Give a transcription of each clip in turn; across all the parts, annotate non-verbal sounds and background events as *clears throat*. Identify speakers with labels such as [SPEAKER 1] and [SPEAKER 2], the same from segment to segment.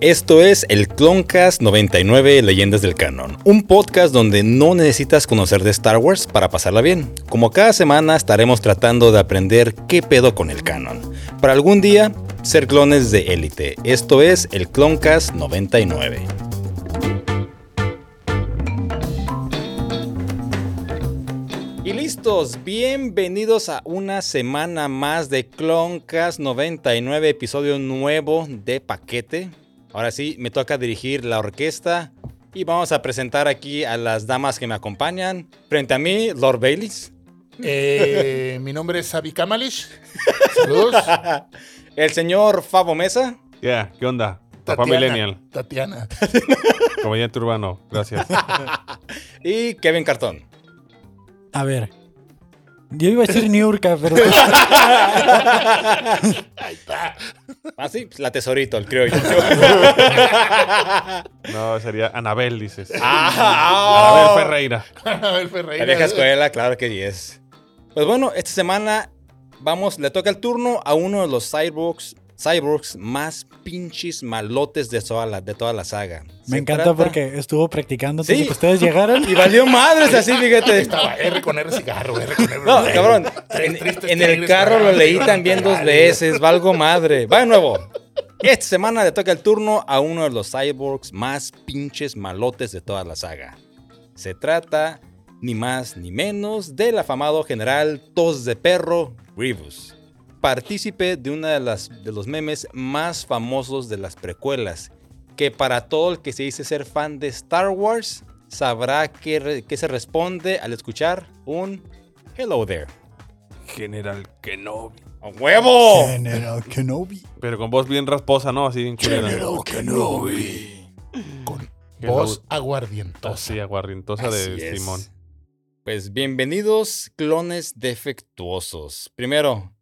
[SPEAKER 1] Esto es el Cloncast 99 Leyendas del Canon, un podcast donde no necesitas conocer de Star Wars para pasarla bien. Como cada semana estaremos tratando de aprender qué pedo con el canon, para algún día ser clones de élite. Esto es el Cloncast 99. Y listos, bienvenidos a una semana más de Cloncast 99, episodio nuevo de paquete. Ahora sí, me toca dirigir la orquesta y vamos a presentar aquí a las damas que me acompañan. Frente a mí, Lord Baileys.
[SPEAKER 2] Eh, mi nombre es Avi Kamalish. Saludos.
[SPEAKER 1] El señor Fabo Mesa.
[SPEAKER 3] Yeah, ¿qué onda? Papá
[SPEAKER 2] Tatiana,
[SPEAKER 3] Millennial,
[SPEAKER 2] Tatiana. *laughs*
[SPEAKER 3] comediante urbano, *laughs* gracias.
[SPEAKER 1] Y Kevin Cartón.
[SPEAKER 4] A ver. Yo iba a decir Niurka,
[SPEAKER 1] *laughs*
[SPEAKER 4] pero.
[SPEAKER 1] Ah, sí, pues, la tesorito, el criollo.
[SPEAKER 3] No, sería Anabel, dices.
[SPEAKER 1] ah,
[SPEAKER 3] Anabel Ferreira.
[SPEAKER 2] Abel
[SPEAKER 1] La
[SPEAKER 2] Ferreira.
[SPEAKER 1] vieja escuela, claro que sí es. Pues bueno, esta semana vamos, le toca el turno a uno de los cyborgs, cyborgs más pinches malotes de toda la, de toda la saga.
[SPEAKER 4] *laughs* Me
[SPEAKER 1] Se
[SPEAKER 4] encanta
[SPEAKER 1] trata-
[SPEAKER 4] porque estuvo practicando antes
[SPEAKER 1] Sí.
[SPEAKER 4] de que ustedes llegaran.
[SPEAKER 1] *laughs* Y valió madres así,
[SPEAKER 4] *laughs*
[SPEAKER 1] fíjate.
[SPEAKER 2] Estaba R con R cigarro, R con R.
[SPEAKER 1] No, cabrón. En,
[SPEAKER 2] Tres tristes
[SPEAKER 1] en el
[SPEAKER 2] tigres
[SPEAKER 1] carro lo
[SPEAKER 2] parados.
[SPEAKER 1] leí también dos veces. Valgo madre. Va de nuevo. Esta semana le toca el turno a uno de los cyborgs más pinches malotes de toda la saga. Se trata, ni más ni menos, del afamado general Tos de Perro Grievous. Partícipe de uno de, las- de los memes más famosos de las precuelas, que para todo el que se dice ser fan de Star Wars, sabrá que, re- que se responde al escuchar un Hello there.
[SPEAKER 3] General Kenobi.
[SPEAKER 1] ¡A huevo!
[SPEAKER 4] General Kenobi.
[SPEAKER 3] Pero con voz bien rasposa, ¿no? Así bien culera.
[SPEAKER 2] Kenobi. Con
[SPEAKER 3] Qué
[SPEAKER 2] voz
[SPEAKER 3] loud.
[SPEAKER 2] aguardientosa.
[SPEAKER 3] Así, aguarrientosa
[SPEAKER 1] Así
[SPEAKER 3] de
[SPEAKER 1] es.
[SPEAKER 3] Simón.
[SPEAKER 1] Pues bienvenidos, clones defectuosos. Primero,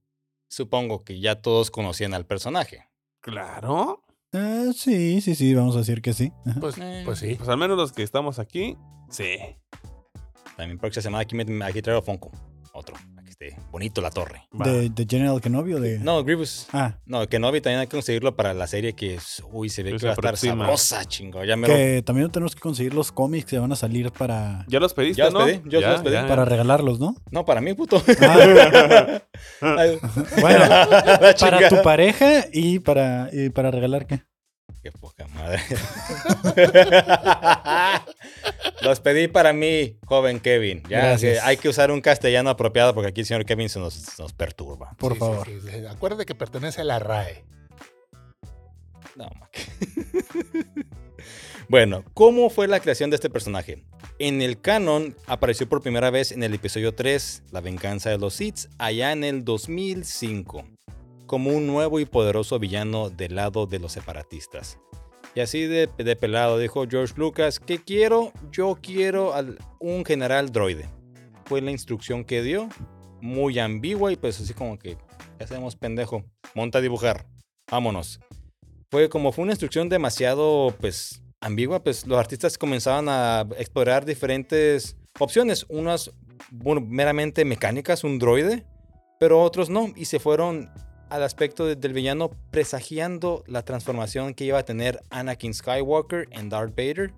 [SPEAKER 1] supongo que ya todos conocían al personaje.
[SPEAKER 3] Claro.
[SPEAKER 4] Ah, sí, sí, sí, vamos a decir que sí. Ajá.
[SPEAKER 2] Pues,
[SPEAKER 1] Eh.
[SPEAKER 2] pues sí.
[SPEAKER 3] Pues al menos los que estamos aquí, sí.
[SPEAKER 1] También próxima semana aquí, me, aquí traigo a Funko. Otro. Aquí esté. Bonito la torre.
[SPEAKER 3] Va.
[SPEAKER 4] ¿De, de General Kenobi o de.?
[SPEAKER 1] Pues No, Grievous.
[SPEAKER 4] Ah,
[SPEAKER 1] No, Kenobi también hay que conseguirlo para la serie que, es- uy, se ve
[SPEAKER 3] Que
[SPEAKER 1] que
[SPEAKER 3] se
[SPEAKER 1] va a estar
[SPEAKER 3] aproxima.
[SPEAKER 1] sabrosa, chingo. Ya me lo...
[SPEAKER 4] que también tenemos que conseguir los cómics que van a salir para.
[SPEAKER 3] Ya los pediste,
[SPEAKER 1] Ya los
[SPEAKER 3] ¿no?
[SPEAKER 1] pedí, yo
[SPEAKER 3] Ya,
[SPEAKER 1] los pedí.
[SPEAKER 3] ya.
[SPEAKER 4] Para regalarlos,
[SPEAKER 1] *laughs*
[SPEAKER 4] ¿no?
[SPEAKER 1] No, para mí,
[SPEAKER 3] *laughs*
[SPEAKER 1] puto.
[SPEAKER 4] Ah.
[SPEAKER 1] Ay,
[SPEAKER 4] Bueno,
[SPEAKER 1] Ah, la
[SPEAKER 4] para tu
[SPEAKER 1] chingada.
[SPEAKER 4] pareja y para, y para regalar qué.
[SPEAKER 1] Qué poca madre. Los pedí para mí, joven Kevin. Ya
[SPEAKER 4] Gracias.
[SPEAKER 1] que hay que usar un castellano apropiado porque aquí el señor Kevin se nos, se nos perturba.
[SPEAKER 4] Por
[SPEAKER 2] Sí, sí,
[SPEAKER 4] favor.
[SPEAKER 2] sí, sí. Acuérdate que pertenece a la RAE.
[SPEAKER 1] No, ma- *laughs* bueno, ¿cómo fue la creación de este personaje? En el canon apareció por primera vez en el episodio 3, La venganza de los Sith, allá en el 2005, como un nuevo y poderoso villano del lado de los separatistas. Y así de, de pelado dijo George Lucas, ¿qué quiero? Yo quiero al, un general droide. Fue la instrucción que dio, muy ambigua y pues así como que, ¿qué hacemos pendejo? Monta a dibujar, vámonos fue como fue una instrucción demasiado pues ambigua, pues los artistas comenzaban a explorar diferentes opciones, unas bueno, meramente mecánicas, un droide, pero otros no, y se fueron al aspecto de- del villano presagiando la transformación que iba a tener Anakin Skywalker en Darth Vader.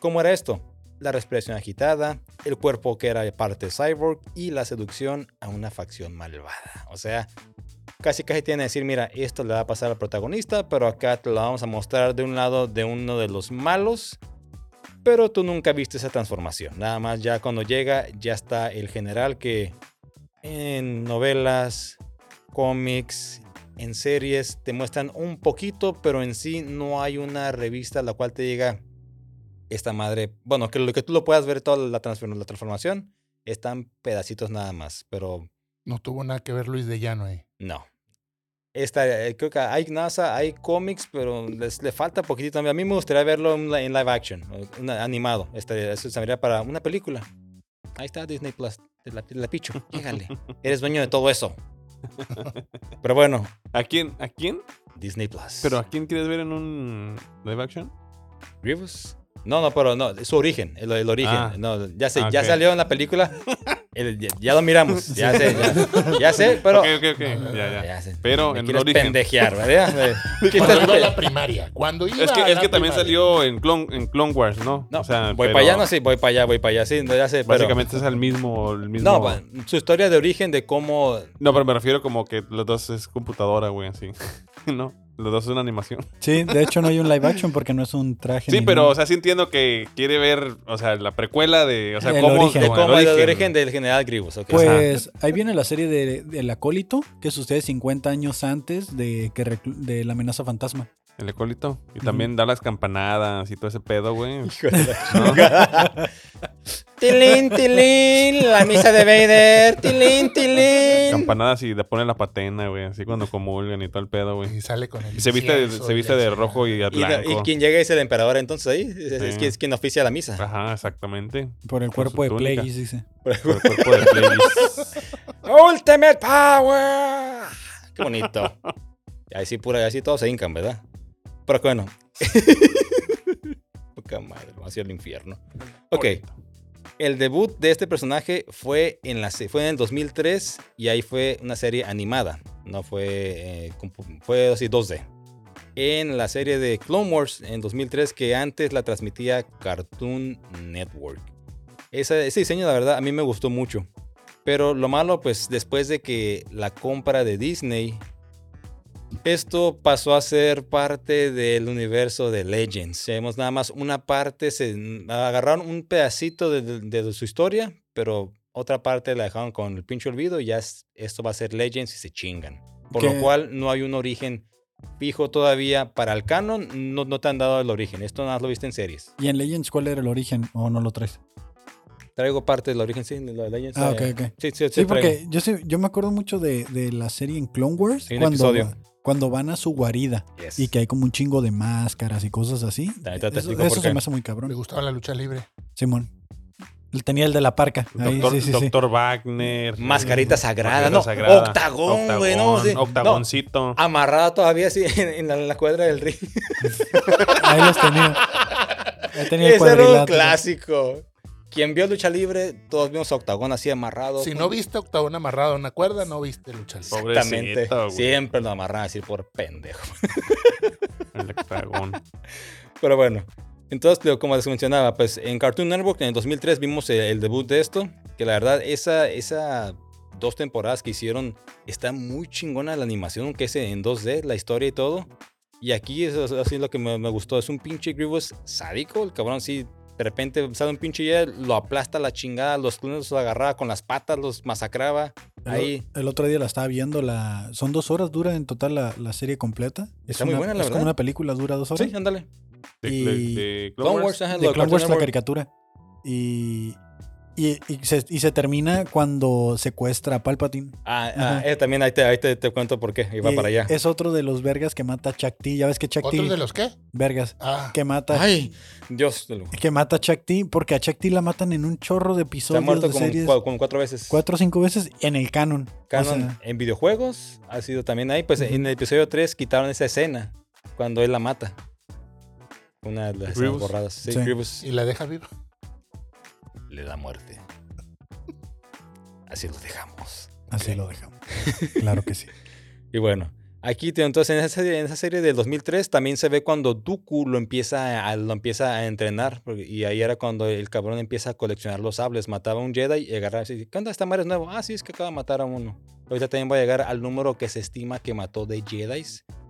[SPEAKER 1] ¿Cómo era esto? La respiración agitada, el cuerpo que era parte cyborg y la seducción a una facción malvada. O sea, casi casi tiene que decir, mira, esto le va a pasar al protagonista, pero acá te lo vamos a mostrar de un lado de uno de los malos. Pero tú nunca viste esa transformación. Nada más ya cuando llega, ya está el general que en novelas, cómics, en series te muestran un poquito, pero en sí no hay una revista a la cual te diga esta madre. Bueno, que lo que tú lo puedas ver toda la, transform- la transformación están pedacitos nada más, pero
[SPEAKER 2] No tuvo nada que ver Luis de Llano ahí.
[SPEAKER 1] no. Esta, eh, creo que hay NASA, hay cómics, pero les, le falta poquitito. A mí me gustaría verlo en, li- en live action, eh, una- animado. Este, eso serviría para una película. Ahí está Disney Plus. Te la, te la
[SPEAKER 3] *laughs*
[SPEAKER 1] picho. Llégale. Eres dueño de todo eso. Pero bueno,
[SPEAKER 3] ¿A quién? ¿A quién?
[SPEAKER 1] Disney Plus.
[SPEAKER 3] ¿Pero a quién quieres ver en un live action?
[SPEAKER 1] Grievous? No, no, pero no, su origen, el, el origen.
[SPEAKER 3] Ah.
[SPEAKER 1] No, ya sé,
[SPEAKER 3] Ah,
[SPEAKER 1] ya
[SPEAKER 3] ok.
[SPEAKER 1] salió en la película, El- ya, ya lo
[SPEAKER 3] *laughs*
[SPEAKER 1] miramos, ya sé, ya, ya sé, pero...
[SPEAKER 3] ok, ok, ok. Ya, ya.
[SPEAKER 1] Ya sé.
[SPEAKER 3] Pero
[SPEAKER 1] Me
[SPEAKER 3] en el
[SPEAKER 1] quieres
[SPEAKER 3] origen.
[SPEAKER 1] pendejear,
[SPEAKER 3] *laughs*
[SPEAKER 1] ¿verdad?
[SPEAKER 2] Cuando iba a
[SPEAKER 1] Quítate-
[SPEAKER 2] la primaria. Cuando iba
[SPEAKER 3] Es que,
[SPEAKER 2] a
[SPEAKER 3] es
[SPEAKER 2] la
[SPEAKER 3] que también
[SPEAKER 2] primaria.
[SPEAKER 3] salió en Clone, en Clone Wars, ¿no?
[SPEAKER 1] No,
[SPEAKER 3] O sea,
[SPEAKER 1] voy
[SPEAKER 3] pero
[SPEAKER 1] para allá, no, sí, voy para allá, voy para allá, sí, no, ya sé, pero...
[SPEAKER 3] Básicamente es el mismo, el mismo.
[SPEAKER 1] No,
[SPEAKER 3] No,
[SPEAKER 1] pa- su historia de origen de cómo...
[SPEAKER 3] pero me refiero como que los dos es computadora, güey, así. *laughs* no, los dos es una animación.
[SPEAKER 5] Sí, de hecho no hay un live action porque no es un traje.
[SPEAKER 3] Sí,
[SPEAKER 5] ni
[SPEAKER 3] pero, o
[SPEAKER 5] nada.
[SPEAKER 3] sea, sí entiendo que quiere ver, o sea, la precuela de, o sea,
[SPEAKER 5] El
[SPEAKER 3] cómo,
[SPEAKER 5] origen.
[SPEAKER 1] De
[SPEAKER 3] como el
[SPEAKER 1] cómo el
[SPEAKER 3] origen.
[SPEAKER 1] origen del general Grievous, ok.
[SPEAKER 5] Pues ahí viene la serie de, del acólito que sucede 50 años antes de que reclu- de la amenaza fantasma.
[SPEAKER 3] El acólito. Y también da las campanadas y todo ese pedo, güey.
[SPEAKER 1] Hijo de la chingada. tilín, tilín, la misa de Vader, tilín, tilín.
[SPEAKER 3] Campanadas y le ponen la patena, güey, así cuando comulgan y todo el pedo, güey.
[SPEAKER 2] Y sale con el
[SPEAKER 3] Y se viste, de,
[SPEAKER 2] incienso
[SPEAKER 3] se
[SPEAKER 2] y
[SPEAKER 3] viste
[SPEAKER 2] la
[SPEAKER 3] de
[SPEAKER 2] chingada.
[SPEAKER 3] rojo y a
[SPEAKER 1] Y, la-
[SPEAKER 3] blanco.
[SPEAKER 1] y quien llega es el emperador entonces ahí, es, es- es
[SPEAKER 3] Sí.
[SPEAKER 1] quien- es quien oficia la misa. *laughs*
[SPEAKER 3] Ajá, exactamente.
[SPEAKER 5] Por el
[SPEAKER 3] Con
[SPEAKER 5] cuerpo
[SPEAKER 3] su
[SPEAKER 5] de
[SPEAKER 3] túnica.
[SPEAKER 5] Plagueis, dice.
[SPEAKER 3] Por el cuerpo de Plagueis.
[SPEAKER 1] Ultimate Power. Qué bonito. Y Ahí sí, pura, ahí sí todos se hincan, ¿verdad? Pero *laughs* bueno. Poca madre, hacia el infierno. Ok. El debut de este personaje fue en, la, se- fue en el 2003 y ahí fue una serie animada. No fue. eh, compu- fue así 2D. En la serie de Clone Wars en 2003, que antes la transmitía Cartoon Network. Esa- ese diseño, la verdad, a mí me gustó mucho. Pero lo malo, pues después de que la compra de Disney, esto pasó a ser parte del universo de Legends. Vemos nada más una parte, se agarraron un pedacito de, de- de su historia, pero otra parte la dejaron con el pinche olvido y ya es- esto va a ser Legends y se chingan. Por
[SPEAKER 5] Que-
[SPEAKER 1] lo cual no hay un origen fijo todavía para el canon, no, no te han dado el origen. Esto nada más lo viste en series.
[SPEAKER 5] ¿Y en Legends cuál era el origen o no lo traes?
[SPEAKER 1] Traigo parte del origen, sí, lo de Legends.
[SPEAKER 5] Ah,
[SPEAKER 1] eh,
[SPEAKER 5] ok, ok.
[SPEAKER 1] Sí, sí, sí,
[SPEAKER 5] Sí,
[SPEAKER 1] traigo.
[SPEAKER 5] porque yo, sé- yo me acuerdo mucho de, de la serie en Clone Wars
[SPEAKER 1] Hay un
[SPEAKER 5] cuando,
[SPEAKER 1] episodio.
[SPEAKER 5] cuando van a su guarida
[SPEAKER 1] Yes.
[SPEAKER 5] y que hay como un chingo de máscaras y cosas así.
[SPEAKER 1] Ahí te
[SPEAKER 5] Eso,
[SPEAKER 1] platico
[SPEAKER 5] eso
[SPEAKER 1] por
[SPEAKER 5] se
[SPEAKER 1] qué.
[SPEAKER 5] me hace muy
[SPEAKER 2] Me
[SPEAKER 5] cabrón,
[SPEAKER 2] gustaba la lucha libre.
[SPEAKER 5] Simón. El- Tenía el de la parca. Ahí,
[SPEAKER 3] Doctor,
[SPEAKER 5] sí, sí, sí.
[SPEAKER 3] Doctor Wagner.
[SPEAKER 1] Mascarita sagrada, no, octagón, güey, no, sí, no.
[SPEAKER 3] Octagoncito.
[SPEAKER 1] Amarrada todavía así *laughs* en, en la, en la cuadra del ring.
[SPEAKER 5] *laughs* Ahí los tenía. Ahí tenía el
[SPEAKER 1] Ese era un
[SPEAKER 5] cuadrilátero.
[SPEAKER 1] clásico. Quien vio lucha libre, todos vimos a octagón así amarrado.
[SPEAKER 2] Si
[SPEAKER 1] con-
[SPEAKER 2] no viste octavón amarrado a una cuerda, no viste lucha libre.
[SPEAKER 1] Exactamente.
[SPEAKER 3] Pobrecito, güey.
[SPEAKER 1] Siempre lo amarraban así por pendejo.
[SPEAKER 3] El octagón.
[SPEAKER 1] Pero bueno. Entonces, digo, como les mencionaba, pues en Cartoon Network en el 2003 vimos el, el debut de esto. Que la verdad, esa, esa dos temporadas que hicieron, está muy chingona la animación, que es en 2D, la historia y todo. Y aquí es así lo que me, me gustó. Es un pinche Grievous sádico. El cabrón sí, de repente sale un pinche ya, lo aplasta a la chingada, los clones los agarraba con las patas, los masacraba. Ahí.
[SPEAKER 5] El, el otro día la estaba viendo. La, son dos horas, dura en total la, la serie completa. Es
[SPEAKER 1] Está muy
[SPEAKER 5] una-
[SPEAKER 1] buena, la
[SPEAKER 5] Es como
[SPEAKER 1] verdad.
[SPEAKER 5] una película, dura dos horas.
[SPEAKER 1] Sí, ándale.
[SPEAKER 3] De,
[SPEAKER 5] Y-
[SPEAKER 3] de- de Clone
[SPEAKER 1] Clone
[SPEAKER 3] Wars.
[SPEAKER 1] Wars, ajá, lo
[SPEAKER 5] de Clone Wars la
[SPEAKER 1] Network.
[SPEAKER 5] caricatura. Y, y, y se, y se termina cuando secuestra a Palpatine.
[SPEAKER 1] Ah, ah,
[SPEAKER 5] Ajá. Eh,
[SPEAKER 1] eh, también ahí te, ahí te, te cuento por qué. Iba
[SPEAKER 5] Y
[SPEAKER 1] para allá.
[SPEAKER 5] Es otro de los vergas que mata a Chuck T. Ya ves que Chuck T.
[SPEAKER 2] ¿Otros de los qué?
[SPEAKER 5] Vergas.
[SPEAKER 2] Ah,
[SPEAKER 5] Que mata,
[SPEAKER 1] Ay, Dios. del-
[SPEAKER 5] que mata a Chuck T. Porque a Chuck T la matan en un chorro
[SPEAKER 1] Se
[SPEAKER 5] de
[SPEAKER 1] ha
[SPEAKER 5] episodios
[SPEAKER 1] muerto
[SPEAKER 5] de
[SPEAKER 1] como,
[SPEAKER 5] series.
[SPEAKER 1] cua- como cuatro veces.
[SPEAKER 5] Cuatro o cinco veces en el canon. O
[SPEAKER 1] Canon
[SPEAKER 5] sea,
[SPEAKER 1] en videojuegos ha sido también ahí. Pues en el episodio 3 quitaron esa escena cuando él la mata. Una de las escenas
[SPEAKER 3] Grievous.
[SPEAKER 1] borradas. Sí,
[SPEAKER 5] Sí.
[SPEAKER 1] Grievous
[SPEAKER 2] y la deja viva.
[SPEAKER 1] le da muerte. Así lo dejamos.
[SPEAKER 5] así
[SPEAKER 1] Ok. *laughs*
[SPEAKER 5] lo dejamos. Claro que sí.
[SPEAKER 1] Y bueno, aquí te- entonces en esa, serie- en esa serie del 2003 también se ve cuando Dooku lo empieza a, lo empieza a entrenar. porque- Y ahí era cuando el cabrón empieza a coleccionar los sables. Mataba a un Jedi y agarraba así. ¿Qué onda? Esta madre es nuevo. Ah, sí, es que acaba de matar a uno. Ahorita también va a llegar al número que se estima que mató de Jedi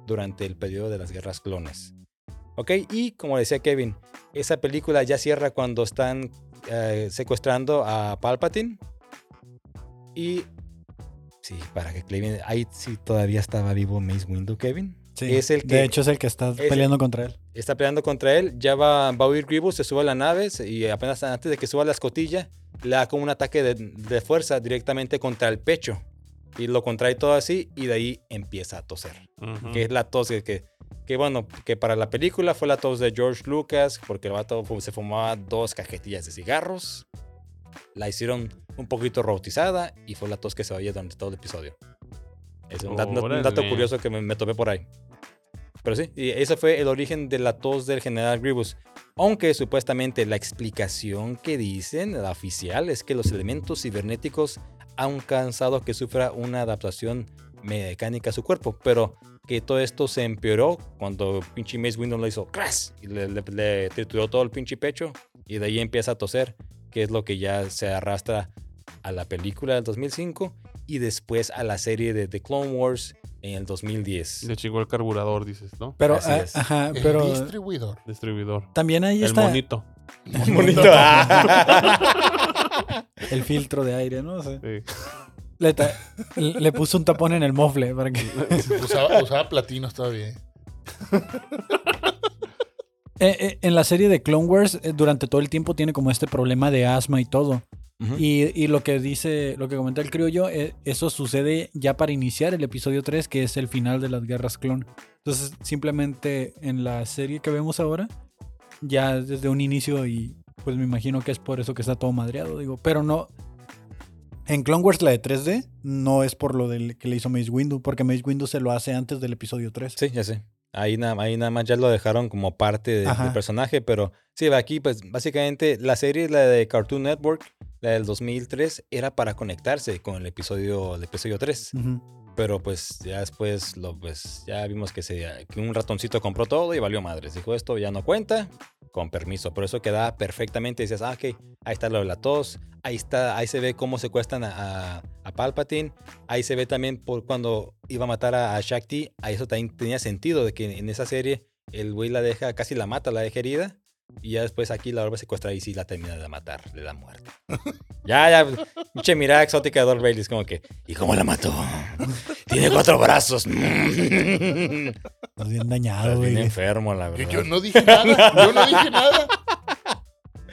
[SPEAKER 1] durante el periodo de las guerras clones. Ok, y como decía Kevin, esa película ya cierra cuando están eh, secuestrando a Palpatine. Y sí, para que Kevin, ahí sí todavía estaba vivo Mace Windu, Kevin.
[SPEAKER 5] Sí,
[SPEAKER 1] Es el que-
[SPEAKER 5] de hecho, es el que está
[SPEAKER 1] el-
[SPEAKER 5] peleando contra él.
[SPEAKER 1] Está peleando contra él, ya va, va a huir Grievous, se sube a la nave se- y apenas antes de que suba a la escotilla, le da como un ataque de, de fuerza directamente contra el pecho. Y lo contrae todo así y de ahí empieza a toser
[SPEAKER 3] Ujú.
[SPEAKER 1] ah, que es la tos que, que, que, bueno, que para la película fue la tos de George Lucas, porque el vato fu- se fumaba dos cajetillas de cigarros, la hicieron un poquito robotizada y fue la tos que se oye durante todo el episodio. Es un, dat- un dato
[SPEAKER 3] Órale.
[SPEAKER 1] curioso que me, me topé por ahí. Pero sí, y ese fue el origen de la tos del general Grievous. Aunque supuestamente la explicación que dicen, la oficial, es que los elementos cibernéticos han cansado que sufra una adaptación mecánica a su cuerpo, pero que todo esto se empeoró cuando pinche Mace Windows le hizo crash y le, le- le trituró todo el pinche pecho y de ahí empieza a toser, que es lo que ya se arrastra a la película del 2005 y después a la serie de The Clone Wars en el 2010.
[SPEAKER 3] Le chingó el carburador, dices, ¿no?
[SPEAKER 5] Pero,
[SPEAKER 1] Así
[SPEAKER 5] ah,
[SPEAKER 1] es.
[SPEAKER 5] ajá,
[SPEAKER 2] El
[SPEAKER 5] pero *laughs*
[SPEAKER 2] distribuidor.
[SPEAKER 3] Distribuidor.
[SPEAKER 5] también ahí
[SPEAKER 3] El
[SPEAKER 5] está *laughs*
[SPEAKER 3] monito.
[SPEAKER 1] Bonito. *laughs*
[SPEAKER 5] el filtro de aire, ¿no? O sea,
[SPEAKER 3] Sí.
[SPEAKER 5] le, ta- le puso un tapón en el mofle para que...
[SPEAKER 2] Usaba, usaba platinos todavía. ¿eh?
[SPEAKER 5] Eh, eh, en la serie de Clone Wars, eh, durante todo el tiempo tiene como este problema de asma y todo.
[SPEAKER 1] Ujú.
[SPEAKER 5] Y, y lo que dice, lo que comenta el criollo, eh, eso sucede ya para iniciar el episodio 3, que es el final de las guerras clon. Entonces, simplemente en la serie que vemos ahora, ya desde un inicio, y pues me imagino que es por eso que está todo madreado, digo. Pero no. En Clone Wars, la de 3D, no es por lo del que le hizo Mace Windu, porque Mace Windu se lo hace antes del episodio 3.
[SPEAKER 1] Sí, ya sé. Ahí nada, ahí nada más ya lo dejaron como parte de-
[SPEAKER 5] Ajá.
[SPEAKER 1] del personaje, pero sí, aquí pues básicamente la serie, la de Cartoon Network, la del 2003, era para conectarse con el episodio, el episodio 3.
[SPEAKER 5] Ujú.
[SPEAKER 1] Pero pues ya después, lo, pues ya vimos que, se, que un ratoncito compró todo y valió madres. Dijo, esto ya no cuenta, con permiso. Pero eso quedaba perfectamente. Dices, ah, ok, ahí está lo de la tos. Ahí, está, ahí se ve cómo secuestran a, a, a Palpatine. Ahí se ve también por cuando iba a matar a, a Shakti. Ahí eso también tenía sentido de que en esa serie el güey la deja, casi la mata, la deja herida. Y ya después aquí la vuelve a secuestrar y sí la termina de matar, le da muerte. ya, ya, pinche mirada exótica de Darth Vader. Es como que, ¿y cómo la mató? Tiene cuatro
[SPEAKER 2] *laughs*
[SPEAKER 1] brazos. Está
[SPEAKER 5] Estás bien dañado,
[SPEAKER 1] bien
[SPEAKER 5] güey.
[SPEAKER 1] enfermo, la
[SPEAKER 2] Ah, Yo,
[SPEAKER 1] verdad.
[SPEAKER 2] yo no dije nada. Yo no dije nada.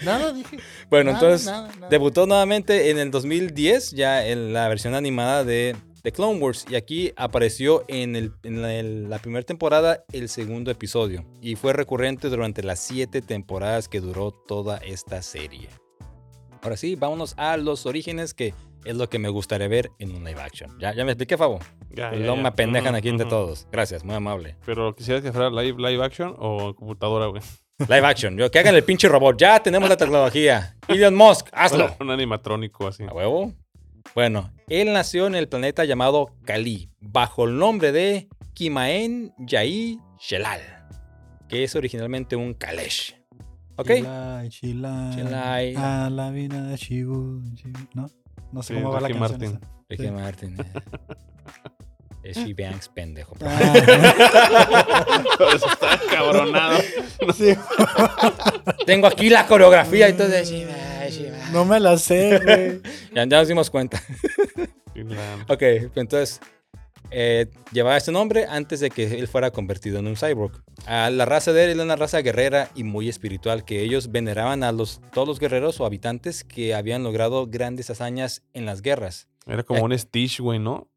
[SPEAKER 2] Nada dije.
[SPEAKER 1] bueno,
[SPEAKER 2] nada,
[SPEAKER 1] entonces
[SPEAKER 2] nada, nada.
[SPEAKER 1] debutó nuevamente en el 2010, ya en la versión animada de, de Clone Wars. Y aquí apareció en, el- en la, en la primera temporada el segundo episodio. Y fue recurrente durante las siete temporadas que duró toda esta serie. Ahora sí, vámonos a los orígenes, que es lo que me gustaría ver en un live action. Ya, ya me expliqué, Fabo.
[SPEAKER 3] Ya, Ah, ya,
[SPEAKER 1] Luego
[SPEAKER 3] ya.
[SPEAKER 1] me apendejan
[SPEAKER 3] Ujú,
[SPEAKER 1] aquí entre
[SPEAKER 3] ujú.
[SPEAKER 1] todos. Gracias, muy amable.
[SPEAKER 3] Pero quisieras que fuera live, live action o computadora, güey.
[SPEAKER 1] Live action. Yo, que hagan el pinche robot. Ya tenemos la tecnología. Elon Musk, hazlo.
[SPEAKER 3] *laughs* Un animatrónico así. *laughs*
[SPEAKER 1] ¿A huevo? Bueno, él nació en el planeta llamado Kali, bajo el nombre de Kimaen Yai Shelal, que es originalmente un Kalesh. ¿Ok?
[SPEAKER 5] Chilay, chilay,
[SPEAKER 1] Chilay.
[SPEAKER 5] A la vida de Shibu, Shibu, ¿no? No sé
[SPEAKER 3] Sí,
[SPEAKER 5] cómo va
[SPEAKER 3] Ricky
[SPEAKER 5] la canción.
[SPEAKER 3] Martin.
[SPEAKER 5] esa.
[SPEAKER 1] Ricky
[SPEAKER 5] Sí.
[SPEAKER 1] Martin. eh. Es She Banks, pendejo. *laughs*
[SPEAKER 5] Ah,
[SPEAKER 3] Está cabronado.
[SPEAKER 5] sí,
[SPEAKER 1] Tengo aquí la coreografía y todo de She Banks, She Banks.
[SPEAKER 5] Ah. no me la sé, güey.
[SPEAKER 1] Ya, ya nos dimos cuenta.
[SPEAKER 3] Y la-
[SPEAKER 1] Ok, entonces eh, llevaba este nombre antes de que él fuera convertido en un cyborg. Ah, la raza de él era una raza guerrera y muy espiritual que ellos veneraban a los, todos los guerreros o habitantes que habían logrado grandes hazañas en las guerras.
[SPEAKER 3] Era como un Stitch, güey, ¿no?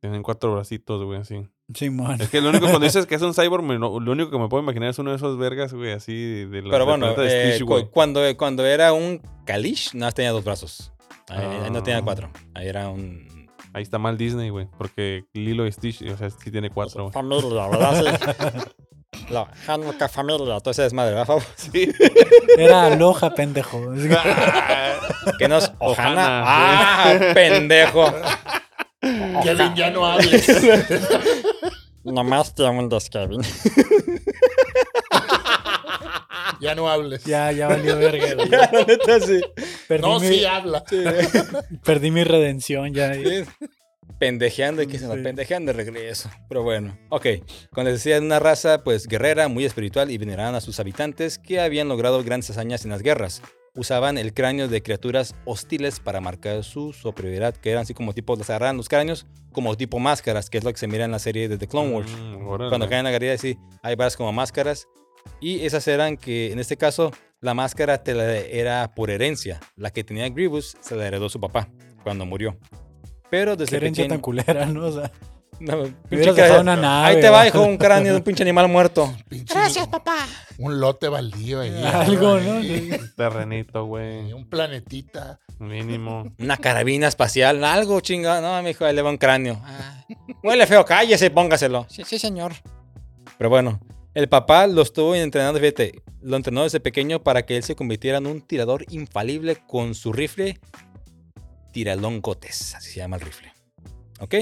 [SPEAKER 3] Tienen cuatro bracitos, güey, así.
[SPEAKER 5] Simón.
[SPEAKER 3] Es que lo único cuando dices que es un cyborg, me- no- lo único que me puedo imaginar es uno de esos vergas, güey, así de los
[SPEAKER 1] Pero
[SPEAKER 3] del
[SPEAKER 1] bueno,
[SPEAKER 3] planeta de
[SPEAKER 1] eh,
[SPEAKER 3] Stitch,
[SPEAKER 1] cu-
[SPEAKER 3] güey.
[SPEAKER 1] cuando, cuando era un Kalish, nada más tenía dos brazos. Ahí, ahí no tenía
[SPEAKER 3] Ah.
[SPEAKER 1] cuatro. Ahí era un...
[SPEAKER 3] Ahí está mal Disney, güey, porque Lilo y Stitch, o sea, sí tiene cuatro, güey.
[SPEAKER 1] Familia, ¿verdad? Sí. *laughs* La Hanukkah familia, todo ese desmadre, ¿verdad? Fabo?
[SPEAKER 3] Sí.
[SPEAKER 5] Era aloja, pendejo. Es que-
[SPEAKER 2] *laughs*
[SPEAKER 1] ¿Qué nos?
[SPEAKER 3] *laughs* Ohana,
[SPEAKER 1] Ohana. ¡Ah, pendejo!
[SPEAKER 2] Kevin, ya no hables.
[SPEAKER 1] Nomás te mandas, Kevin.
[SPEAKER 2] Ya no hables.
[SPEAKER 5] Ya, ya valió verga.
[SPEAKER 1] *laughs*
[SPEAKER 5] güey.
[SPEAKER 1] La neta, sí.
[SPEAKER 5] Perdí,
[SPEAKER 2] No,
[SPEAKER 5] mi,
[SPEAKER 2] sí habla.
[SPEAKER 5] perdí mi redención ya.
[SPEAKER 1] Pendejeando y que se nos
[SPEAKER 5] Sí.
[SPEAKER 1] pendejean de regreso. Pero bueno. Ok. Cuando decía una raza, pues guerrera, muy espiritual y veneraban a sus habitantes que habían logrado grandes hazañas en las guerras. Usaban el cráneo de criaturas hostiles para marcar su superioridad, que eran así como tipo, les agarraban los cráneos como tipo máscaras, que es lo que se mira en la serie de The Clone Wars.
[SPEAKER 3] Mm, órale.
[SPEAKER 1] Cuando caen en la galería, sí, hay varias como máscaras. Y esas eran que, en este caso, la máscara te la- era por herencia. La que tenía Grievous se la heredó su papá cuando murió. Pero desde
[SPEAKER 5] Qué herencia tan
[SPEAKER 1] pequeño-
[SPEAKER 5] culera, ¿no? O sea,
[SPEAKER 1] *laughs* No, pinche
[SPEAKER 5] hubieras dejado
[SPEAKER 1] cara-
[SPEAKER 5] una nave.
[SPEAKER 1] Ahí te va,
[SPEAKER 5] ¿verdad?
[SPEAKER 1] hijo, un cráneo
[SPEAKER 5] *laughs*
[SPEAKER 1] de un pinche animal muerto.
[SPEAKER 2] Pinche- Un lote baldío ahí.
[SPEAKER 5] *laughs* Algo, ¿no?
[SPEAKER 2] Ahí,
[SPEAKER 3] Terrenito, güey.
[SPEAKER 2] Un planetita.
[SPEAKER 3] Mínimo.
[SPEAKER 1] Una carabina espacial, algo chingado. No, mi hijo, ahí le va un cráneo. Ah, Huele feo, cállese, póngaselo. Sí, sí, señor. Pero bueno, el papá lo estuvo entrenando, fíjate, lo entrenó desde pequeño para que él se convirtiera en un tirador infalible con su rifle Tiralongotes, así se llama el rifle. ¿Ok?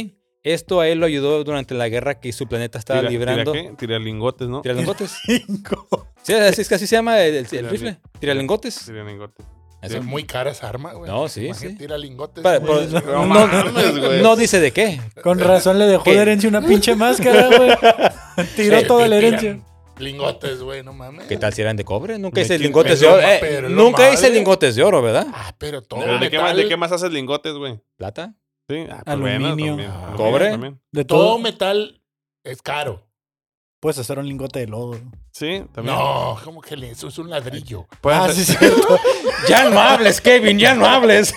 [SPEAKER 1] Esto a él lo ayudó durante la guerra que su planeta *laughs* estaba
[SPEAKER 3] Tira-
[SPEAKER 1] librando.
[SPEAKER 3] ¿Tira qué? Tira lingotes, ¿no?
[SPEAKER 1] ¿Tiralongotes? Sí, así es que así se llama el, el- el
[SPEAKER 3] Tirali-
[SPEAKER 1] rifle. Tiralingotes.
[SPEAKER 3] Tira lingotes.
[SPEAKER 1] Así.
[SPEAKER 2] Es muy cara esa arma, güey.
[SPEAKER 1] No, sí,
[SPEAKER 2] Imagínate,
[SPEAKER 1] sí.
[SPEAKER 2] Tira lingotes.
[SPEAKER 1] Para-
[SPEAKER 2] güey.
[SPEAKER 1] por-
[SPEAKER 3] No
[SPEAKER 1] no,
[SPEAKER 3] mames, güey.
[SPEAKER 1] no dice de qué.
[SPEAKER 4] Con razón le dejó
[SPEAKER 1] ¿Qué?
[SPEAKER 4] de herencia una pinche máscara, güey.
[SPEAKER 1] *laughs*
[SPEAKER 4] Tiró
[SPEAKER 2] Sí,
[SPEAKER 4] toda
[SPEAKER 2] te
[SPEAKER 4] la
[SPEAKER 2] tiran
[SPEAKER 4] herencia.
[SPEAKER 2] Lingotes, güey, no mames.
[SPEAKER 1] ¿Qué tal si eran de cobre? Nunca
[SPEAKER 3] Me
[SPEAKER 1] hice
[SPEAKER 3] quito-
[SPEAKER 1] lingotes de
[SPEAKER 2] pero-
[SPEAKER 1] oro. eh,
[SPEAKER 2] pero lo
[SPEAKER 1] nunca hice
[SPEAKER 2] madre.
[SPEAKER 1] lingotes de oro, ¿verdad?
[SPEAKER 2] Ah, pero todo.
[SPEAKER 3] ¿De qué, más,
[SPEAKER 2] metal,
[SPEAKER 3] ¿De qué más haces lingotes, güey?
[SPEAKER 1] ¿Plata?
[SPEAKER 3] Sí. ah, pues
[SPEAKER 4] Aluminio.
[SPEAKER 3] también,
[SPEAKER 2] Ah.
[SPEAKER 3] aluminio
[SPEAKER 1] ¿Cobre?
[SPEAKER 3] también.
[SPEAKER 4] De
[SPEAKER 2] todo
[SPEAKER 4] todo.
[SPEAKER 2] metal es caro.
[SPEAKER 4] Puedes hacer un lingote de lodo.
[SPEAKER 3] Sí, también.
[SPEAKER 2] No, como que le- eso es un
[SPEAKER 4] *laughs*
[SPEAKER 2] ladrillo.
[SPEAKER 3] Pueden
[SPEAKER 4] ah,
[SPEAKER 3] ser-
[SPEAKER 4] sí,
[SPEAKER 1] *laughs*
[SPEAKER 4] es cierto.
[SPEAKER 1] Ya no hables, Kevin, ya no hables.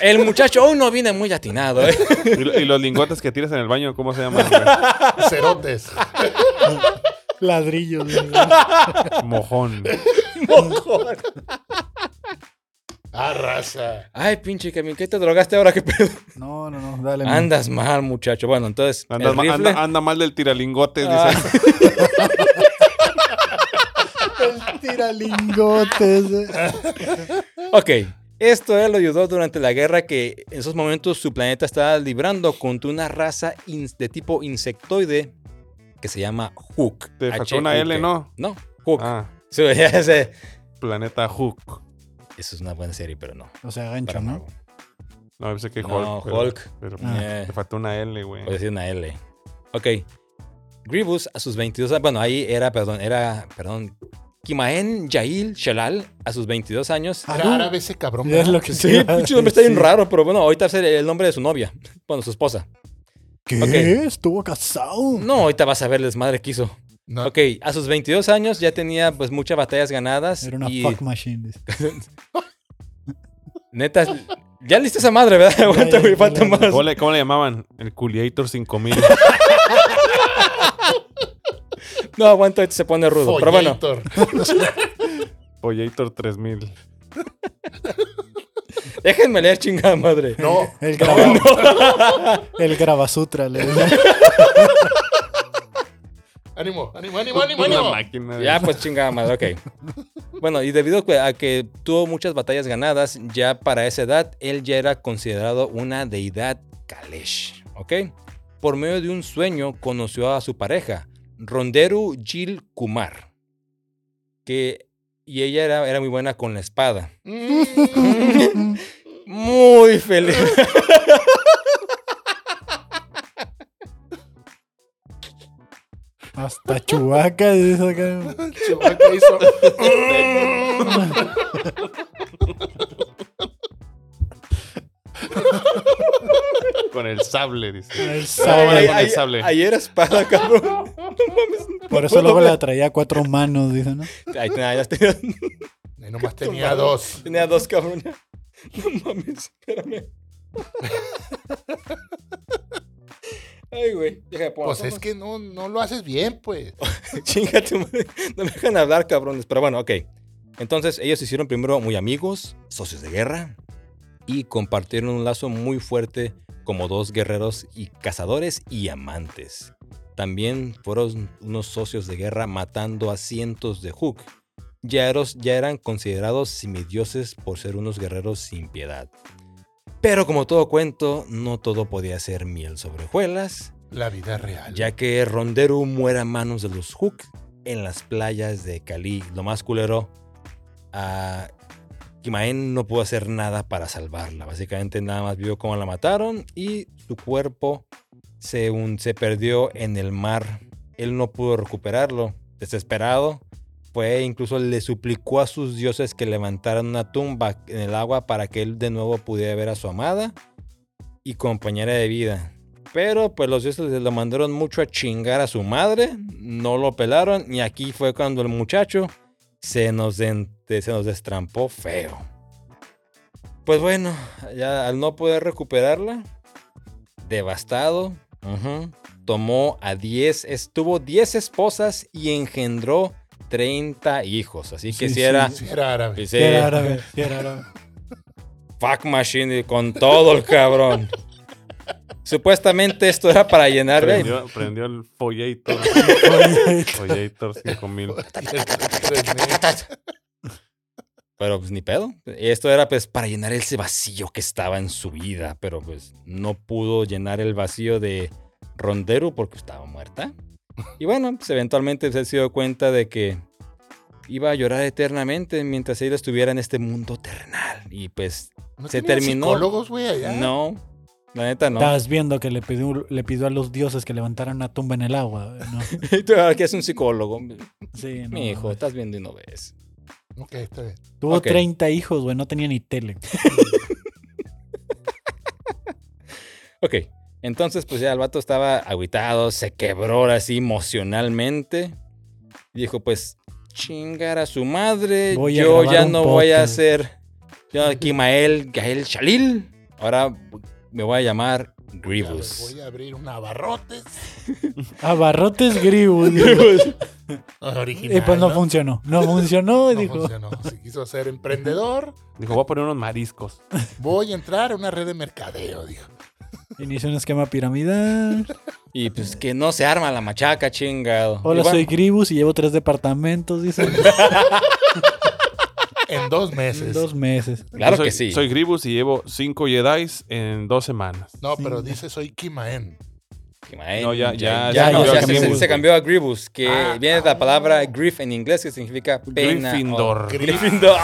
[SPEAKER 1] El muchacho hoy no viene muy atinado, ¿eh?
[SPEAKER 3] Y, lo- y los lingotes que tiras en el baño, ¿cómo se llaman?
[SPEAKER 2] *laughs*
[SPEAKER 3] güey?
[SPEAKER 2] Cerotes.
[SPEAKER 4] Ladrillos, güey.
[SPEAKER 3] Mojón.
[SPEAKER 2] Ah, raza.
[SPEAKER 1] Ay, pinche Kevin, ¿qué te drogaste ahora? ¿Qué pedo?
[SPEAKER 4] No, no, no. Dale. man.
[SPEAKER 1] Andas mal, muchacho. Bueno, entonces,
[SPEAKER 3] Anda,
[SPEAKER 1] el
[SPEAKER 3] ma-
[SPEAKER 1] rifle...
[SPEAKER 3] anda- anda mal del tiralingotes,
[SPEAKER 1] Ah.
[SPEAKER 3] dice.
[SPEAKER 4] El tira lingotes. eh. güey.
[SPEAKER 1] Ok, esto él lo ayudó durante la guerra que en esos momentos su planeta estaba librando contra una raza in- de tipo insectoide que se llama Hook.
[SPEAKER 3] Te faltó una L,
[SPEAKER 1] H-U-K.
[SPEAKER 3] ¿no?
[SPEAKER 1] No, Hook.
[SPEAKER 3] Ah,
[SPEAKER 1] Sí, *laughs* ya sé.
[SPEAKER 3] Planeta Hook.
[SPEAKER 1] Eso es una buena serie, pero no.
[SPEAKER 4] O sea,
[SPEAKER 1] Para
[SPEAKER 4] gancho, ¿no?
[SPEAKER 1] Marvel.
[SPEAKER 3] No, pensé que Hulk.
[SPEAKER 1] No,
[SPEAKER 3] pero-
[SPEAKER 1] Hulk.
[SPEAKER 3] Pero,
[SPEAKER 4] Ah.
[SPEAKER 1] Eh, Pues-
[SPEAKER 3] te faltó una L, güey.
[SPEAKER 1] puede ser una L. Ok. Grievous a sus 22 años, bueno, ahí era, perdón, era, perdón, Kimaen Yail Shalal a sus 22 años.
[SPEAKER 4] Ah,
[SPEAKER 2] Era
[SPEAKER 4] no.
[SPEAKER 2] árabe ese cabrón.
[SPEAKER 4] Ya es lo que
[SPEAKER 1] Sí,
[SPEAKER 4] te iba a
[SPEAKER 1] pinche nombre está bien
[SPEAKER 4] decir.
[SPEAKER 1] raro, pero bueno, ahorita es el- el nombre de su novia, bueno, su esposa.
[SPEAKER 4] ¿Qué?
[SPEAKER 1] Ok.
[SPEAKER 4] ¿Estuvo casado?
[SPEAKER 1] No, ahorita vas a ver el desmadre que hizo.
[SPEAKER 2] No,
[SPEAKER 4] Ah.
[SPEAKER 1] Ok, a sus 22 años ya tenía pues muchas batallas ganadas.
[SPEAKER 4] Era una
[SPEAKER 1] y
[SPEAKER 4] fuck machine. dice.
[SPEAKER 1] neta, ya listo esa madre, ¿verdad? *laughs* Aguanta,
[SPEAKER 4] ya,
[SPEAKER 1] güey,
[SPEAKER 4] ya,
[SPEAKER 1] falta
[SPEAKER 4] ya, ya.
[SPEAKER 1] más.
[SPEAKER 3] ¿Cómo le, cómo le llamaban? El Culiator 5000.
[SPEAKER 1] No, aguanta, ahorita se pone rudo. Pero bueno,
[SPEAKER 2] Follator.
[SPEAKER 3] *laughs* Pollator 3000.
[SPEAKER 1] déjenme leer chingada madre.
[SPEAKER 4] *laughs*
[SPEAKER 2] No,
[SPEAKER 1] *laughs* Oh,
[SPEAKER 4] El, graba... *laughs* el grabasutra. Le decía.
[SPEAKER 2] ánimo, ánimo, ánimo, ánimo,
[SPEAKER 3] Una
[SPEAKER 2] ánimo. *laughs*
[SPEAKER 3] máquina. de-
[SPEAKER 1] Ya, pues chingada madre, ok. Bueno, y debido a que tuvo muchas batallas ganadas, ya para esa edad, él ya era considerado una deidad Kalesh, ¿ok? Por medio de un sueño conoció a su pareja, Ronderu Gil Kumar, que, y ella era, era muy buena con la espada.
[SPEAKER 2] Mm,
[SPEAKER 1] *laughs* Muy feliz.
[SPEAKER 4] Hasta Chubaca. dice acá.
[SPEAKER 2] Chewbacca hizo.
[SPEAKER 3] Con el sable, dice.
[SPEAKER 4] El
[SPEAKER 3] Ay,
[SPEAKER 4] sable.
[SPEAKER 3] ay, con el sable.
[SPEAKER 1] Ayer espada, cabrón. No mames.
[SPEAKER 4] Por
[SPEAKER 1] puedo
[SPEAKER 4] eso luego
[SPEAKER 1] ver.
[SPEAKER 4] la traía a cuatro manos, dice, ¿no?
[SPEAKER 1] Ahí tenía, ya tenía,
[SPEAKER 2] Y nomás tenía dos.
[SPEAKER 1] tenía dos, cabrón. No mames, espérame. Ay, güey. Déjame poner.
[SPEAKER 2] Pues es que no, no lo haces bien, pues.
[SPEAKER 1] *laughs* Chinga tu madre. No me dejan hablar, cabrones. Pero bueno, ok. Entonces, ellos se hicieron primero muy amigos, socios de guerra, y compartieron un lazo muy fuerte como dos guerreros y cazadores y amantes. También fueron unos socios de guerra matando a cientos de Hook. Ya, eros- ya eran considerados semidioses por ser unos guerreros sin piedad. Pero como todo cuento, no todo podía ser miel sobre hojuelas
[SPEAKER 2] La vida real.
[SPEAKER 1] ya que Ronderu muere a manos de los Hook en las playas de Cali. Lo más culero, a Kimaen no pudo hacer nada para salvarla. Básicamente nada más vio cómo la mataron y su cuerpo se, hun- se perdió en el mar. Él no pudo recuperarlo. Desesperado, fue e incluso le suplicó a sus dioses que levantaran una tumba en el agua para que él de nuevo pudiera ver a su amada y compañera de vida. Pero pues los dioses le lo mandaron mucho a chingar a su madre, no lo pelaron y aquí fue cuando el muchacho se nos, den- se nos destrampó feo. Pues bueno, ya al no poder recuperarla, devastado, ujú, tomó a 10, estuvo 10 esposas y engendró 30 hijos. Así
[SPEAKER 4] Sí,
[SPEAKER 1] que si
[SPEAKER 4] sí,
[SPEAKER 1] era...
[SPEAKER 2] Sí, era árabe. *laughs*
[SPEAKER 1] pues,
[SPEAKER 4] Era
[SPEAKER 1] eh,
[SPEAKER 4] árabe, sí, era árabe.
[SPEAKER 1] Fuck Machine con todo el cabrón. Supuestamente esto era para llenar.
[SPEAKER 3] Prendió, prendió el
[SPEAKER 1] *laughs*
[SPEAKER 3] Follator. Follator 5000.
[SPEAKER 1] Pero pues ni pedo. Esto era pues para llenar ese vacío que estaba en su vida, pero pues no pudo llenar el vacío de Ronderu porque estaba muerta. Y bueno, pues eventualmente se dio cuenta de que iba a llorar eternamente mientras ella estuviera en este mundo terrenal. Y pues
[SPEAKER 2] ¿No
[SPEAKER 1] Se
[SPEAKER 2] tenían
[SPEAKER 1] terminó.
[SPEAKER 2] psicólogos, güey, allá?
[SPEAKER 1] no, la neta no.
[SPEAKER 4] Estás viendo que le pidió, le pidió a los dioses que levantaran una tumba en el agua, ¿no?
[SPEAKER 1] Tú *laughs* ahora que es un psicólogo.
[SPEAKER 4] Sí, no,
[SPEAKER 1] Mi hijo,
[SPEAKER 4] güey.
[SPEAKER 1] estás viendo y no ves.
[SPEAKER 2] Ok, está bien.
[SPEAKER 4] Tuvo
[SPEAKER 1] Ok.
[SPEAKER 4] 30 hijos, güey, no tenía ni tele.
[SPEAKER 1] Ok, entonces pues ya el vato estaba aguitado, se quebró ahora así emocionalmente. Y Dijo pues chingar a su madre,
[SPEAKER 4] Voy a
[SPEAKER 1] yo
[SPEAKER 4] grabar
[SPEAKER 1] ya
[SPEAKER 4] un
[SPEAKER 1] no voy a
[SPEAKER 4] podcast.
[SPEAKER 1] ser yo aquí Mael Gael Shalil, ahora me voy a llamar
[SPEAKER 2] A ver,
[SPEAKER 1] Grievous.
[SPEAKER 2] voy a abrir un abarrote.
[SPEAKER 4] Abarrotes Gribus.
[SPEAKER 2] Original.
[SPEAKER 4] Y pues no
[SPEAKER 2] ¿no?
[SPEAKER 4] funcionó. No funcionó,
[SPEAKER 2] No
[SPEAKER 4] dijo.
[SPEAKER 2] funcionó. Se quiso ser emprendedor.
[SPEAKER 3] Dijo, voy a poner unos mariscos.
[SPEAKER 2] Voy a entrar a una red de mercadeo, dijo.
[SPEAKER 4] Inició un esquema piramidal.
[SPEAKER 1] Y pues que no se arma la machaca, chingado.
[SPEAKER 4] Hola,
[SPEAKER 1] Y bueno,
[SPEAKER 4] soy Gribus y llevo tres departamentos, dice.
[SPEAKER 2] En dos meses.
[SPEAKER 4] En dos meses.
[SPEAKER 1] Claro
[SPEAKER 3] Yo soy-
[SPEAKER 1] que sí.
[SPEAKER 3] Soy Gribus y llevo 5 Jedis en dos semanas.
[SPEAKER 2] No, pero dice soy Kimaen.
[SPEAKER 1] Kimael,
[SPEAKER 3] No, ya- ya-
[SPEAKER 4] ya
[SPEAKER 1] no,
[SPEAKER 4] cambió
[SPEAKER 1] ya
[SPEAKER 4] a
[SPEAKER 1] se,
[SPEAKER 4] Grievous,
[SPEAKER 1] se cambió a Grievous, que
[SPEAKER 2] Ah,
[SPEAKER 1] viene de la
[SPEAKER 2] ah.
[SPEAKER 1] palabra grief en inglés, que significa pena. oh, o-
[SPEAKER 3] *laughs* Gryffindor.
[SPEAKER 1] *laughs*
[SPEAKER 2] Gri-
[SPEAKER 1] Gryffindor.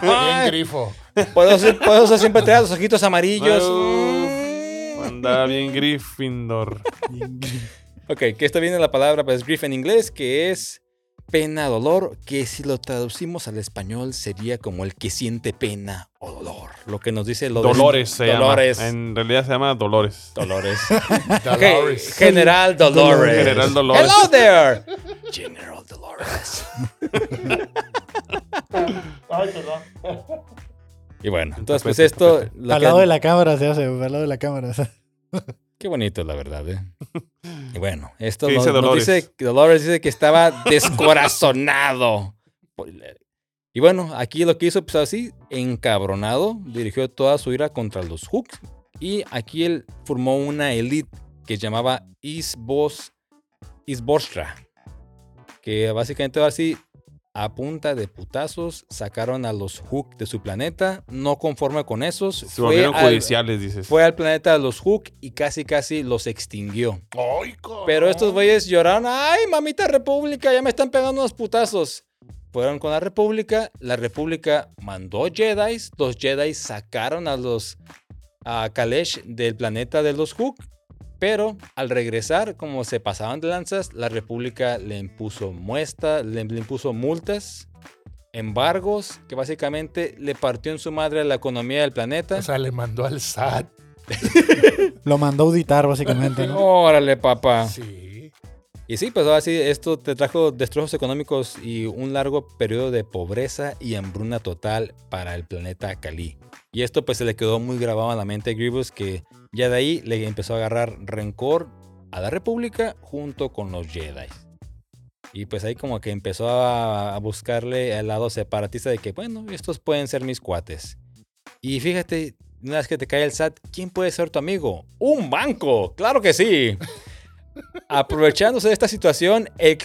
[SPEAKER 2] Bien grifo.
[SPEAKER 1] Por eso, por eso siempre trae los ojitos amarillos. Mm.
[SPEAKER 3] Uf, Andaba bien Gryffindor.
[SPEAKER 1] Ok, que esto viene de la palabra pues, grief en inglés, que es pena, dolor, que si lo traducimos al español sería como el que siente pena o dolor. Lo que nos dice lo de-
[SPEAKER 3] Dolores se
[SPEAKER 1] Dolores.
[SPEAKER 3] llama. En realidad se llama Dolores.
[SPEAKER 1] Dolores. *laughs* Ok,
[SPEAKER 2] Dolores.
[SPEAKER 1] General Dolores.
[SPEAKER 3] General Dolores.
[SPEAKER 1] Hello there. General Dolores. Y bueno, entonces pues esto... lo
[SPEAKER 4] Al
[SPEAKER 1] que-
[SPEAKER 4] lado de la cámara se hace, güey, al lado de la cámara.
[SPEAKER 1] Qué bonito, la verdad, ¿eh?
[SPEAKER 3] *laughs*
[SPEAKER 1] Y bueno, esto
[SPEAKER 3] ¿Qué
[SPEAKER 1] nos,
[SPEAKER 3] dice
[SPEAKER 1] nos
[SPEAKER 3] Dolores?
[SPEAKER 1] dice que Dolores dice que
[SPEAKER 3] *laughs*
[SPEAKER 1] estaba descorazonado. por el- Y bueno, aquí lo que hizo, pues así, encabronado, dirigió toda su ira contra los Hooks. Y aquí él formó una elite que llamaba Isbos, Isbostra. Que básicamente ahora sí, a punta de putazos, sacaron a los Hook de su planeta. No conforme con esos,
[SPEAKER 3] Se volvieron
[SPEAKER 1] al-
[SPEAKER 3] judiciales, dices.
[SPEAKER 1] fue al planeta de los Hook y casi casi los extinguió.
[SPEAKER 2] Ay, cabrón.
[SPEAKER 1] Pero estos güeyes lloraron, ay, mamita República, ya me están pegando unos putazos. Fueron con la República, la República mandó Jedi, los Jedi sacaron a los a Kalesh del planeta de los Hook, pero al regresar, como se pasaban de lanzas, la República le impuso muestra, le, le impuso multas, embargos, que básicamente le partió en su madre la economía del planeta.
[SPEAKER 2] O sea, le mandó al SAT.
[SPEAKER 4] Lo mandó a auditar, básicamente. ¿no?
[SPEAKER 1] Órale, papá.
[SPEAKER 2] Sí.
[SPEAKER 1] Y sí, pues ahora sí, esto te trajo destrozos económicos y un largo periodo de pobreza y hambruna total para el planeta Cali. Y esto pues se le quedó muy grabado en la mente a Grievous que ya de ahí le empezó a agarrar rencor a la República junto con los Jedi. Y pues ahí como que empezó a, a buscarle el lado separatista de que, bueno, estos pueden ser mis cuates. Y fíjate, una vez que te cae el SAT, ¿quién puede ser tu amigo? ¡Un banco! ¡Claro que sí! *laughs* Aprovechándose de esta situación, el,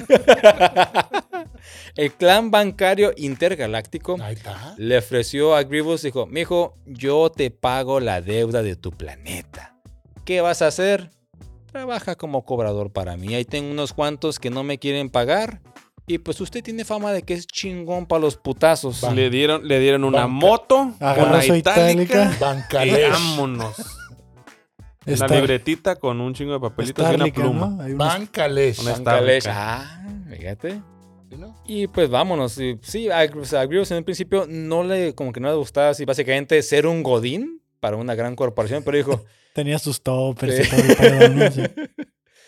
[SPEAKER 1] cl- *laughs* el clan bancario intergaláctico
[SPEAKER 2] Ahí está.
[SPEAKER 1] le ofreció a Grievous, dijo, mijo, yo te pago la deuda de tu planeta. ¿Qué vas a hacer? Trabaja como cobrador para mí. Ahí tengo unos cuantos que no me quieren pagar. Y pues usted tiene fama de que es chingón para los putazos.
[SPEAKER 3] Le dieron, le dieron una
[SPEAKER 2] Banca.
[SPEAKER 3] moto,
[SPEAKER 4] Agarró
[SPEAKER 3] una
[SPEAKER 4] su
[SPEAKER 3] itálica
[SPEAKER 4] itálica.
[SPEAKER 3] y
[SPEAKER 2] Bancalesh.
[SPEAKER 3] vámonos.
[SPEAKER 4] Está-
[SPEAKER 3] Una libretita con un chingo de papelitos y una
[SPEAKER 4] Starlica,
[SPEAKER 3] pluma.
[SPEAKER 4] ¿no? Hay unos-
[SPEAKER 2] Bancalesh.
[SPEAKER 3] Una
[SPEAKER 1] Nunca le-
[SPEAKER 3] estáblica.
[SPEAKER 1] Ah, fíjate.
[SPEAKER 2] ¿No?
[SPEAKER 1] Y pues vámonos. Y Sí, a, o sea, a Grievous en un principio no le, como que no le gustaba así básicamente ser un godín para una gran corporación, pero dijo,
[SPEAKER 4] Tenía sus toppers
[SPEAKER 1] Sí.
[SPEAKER 4] y todo el pedo, ¿no? Sí.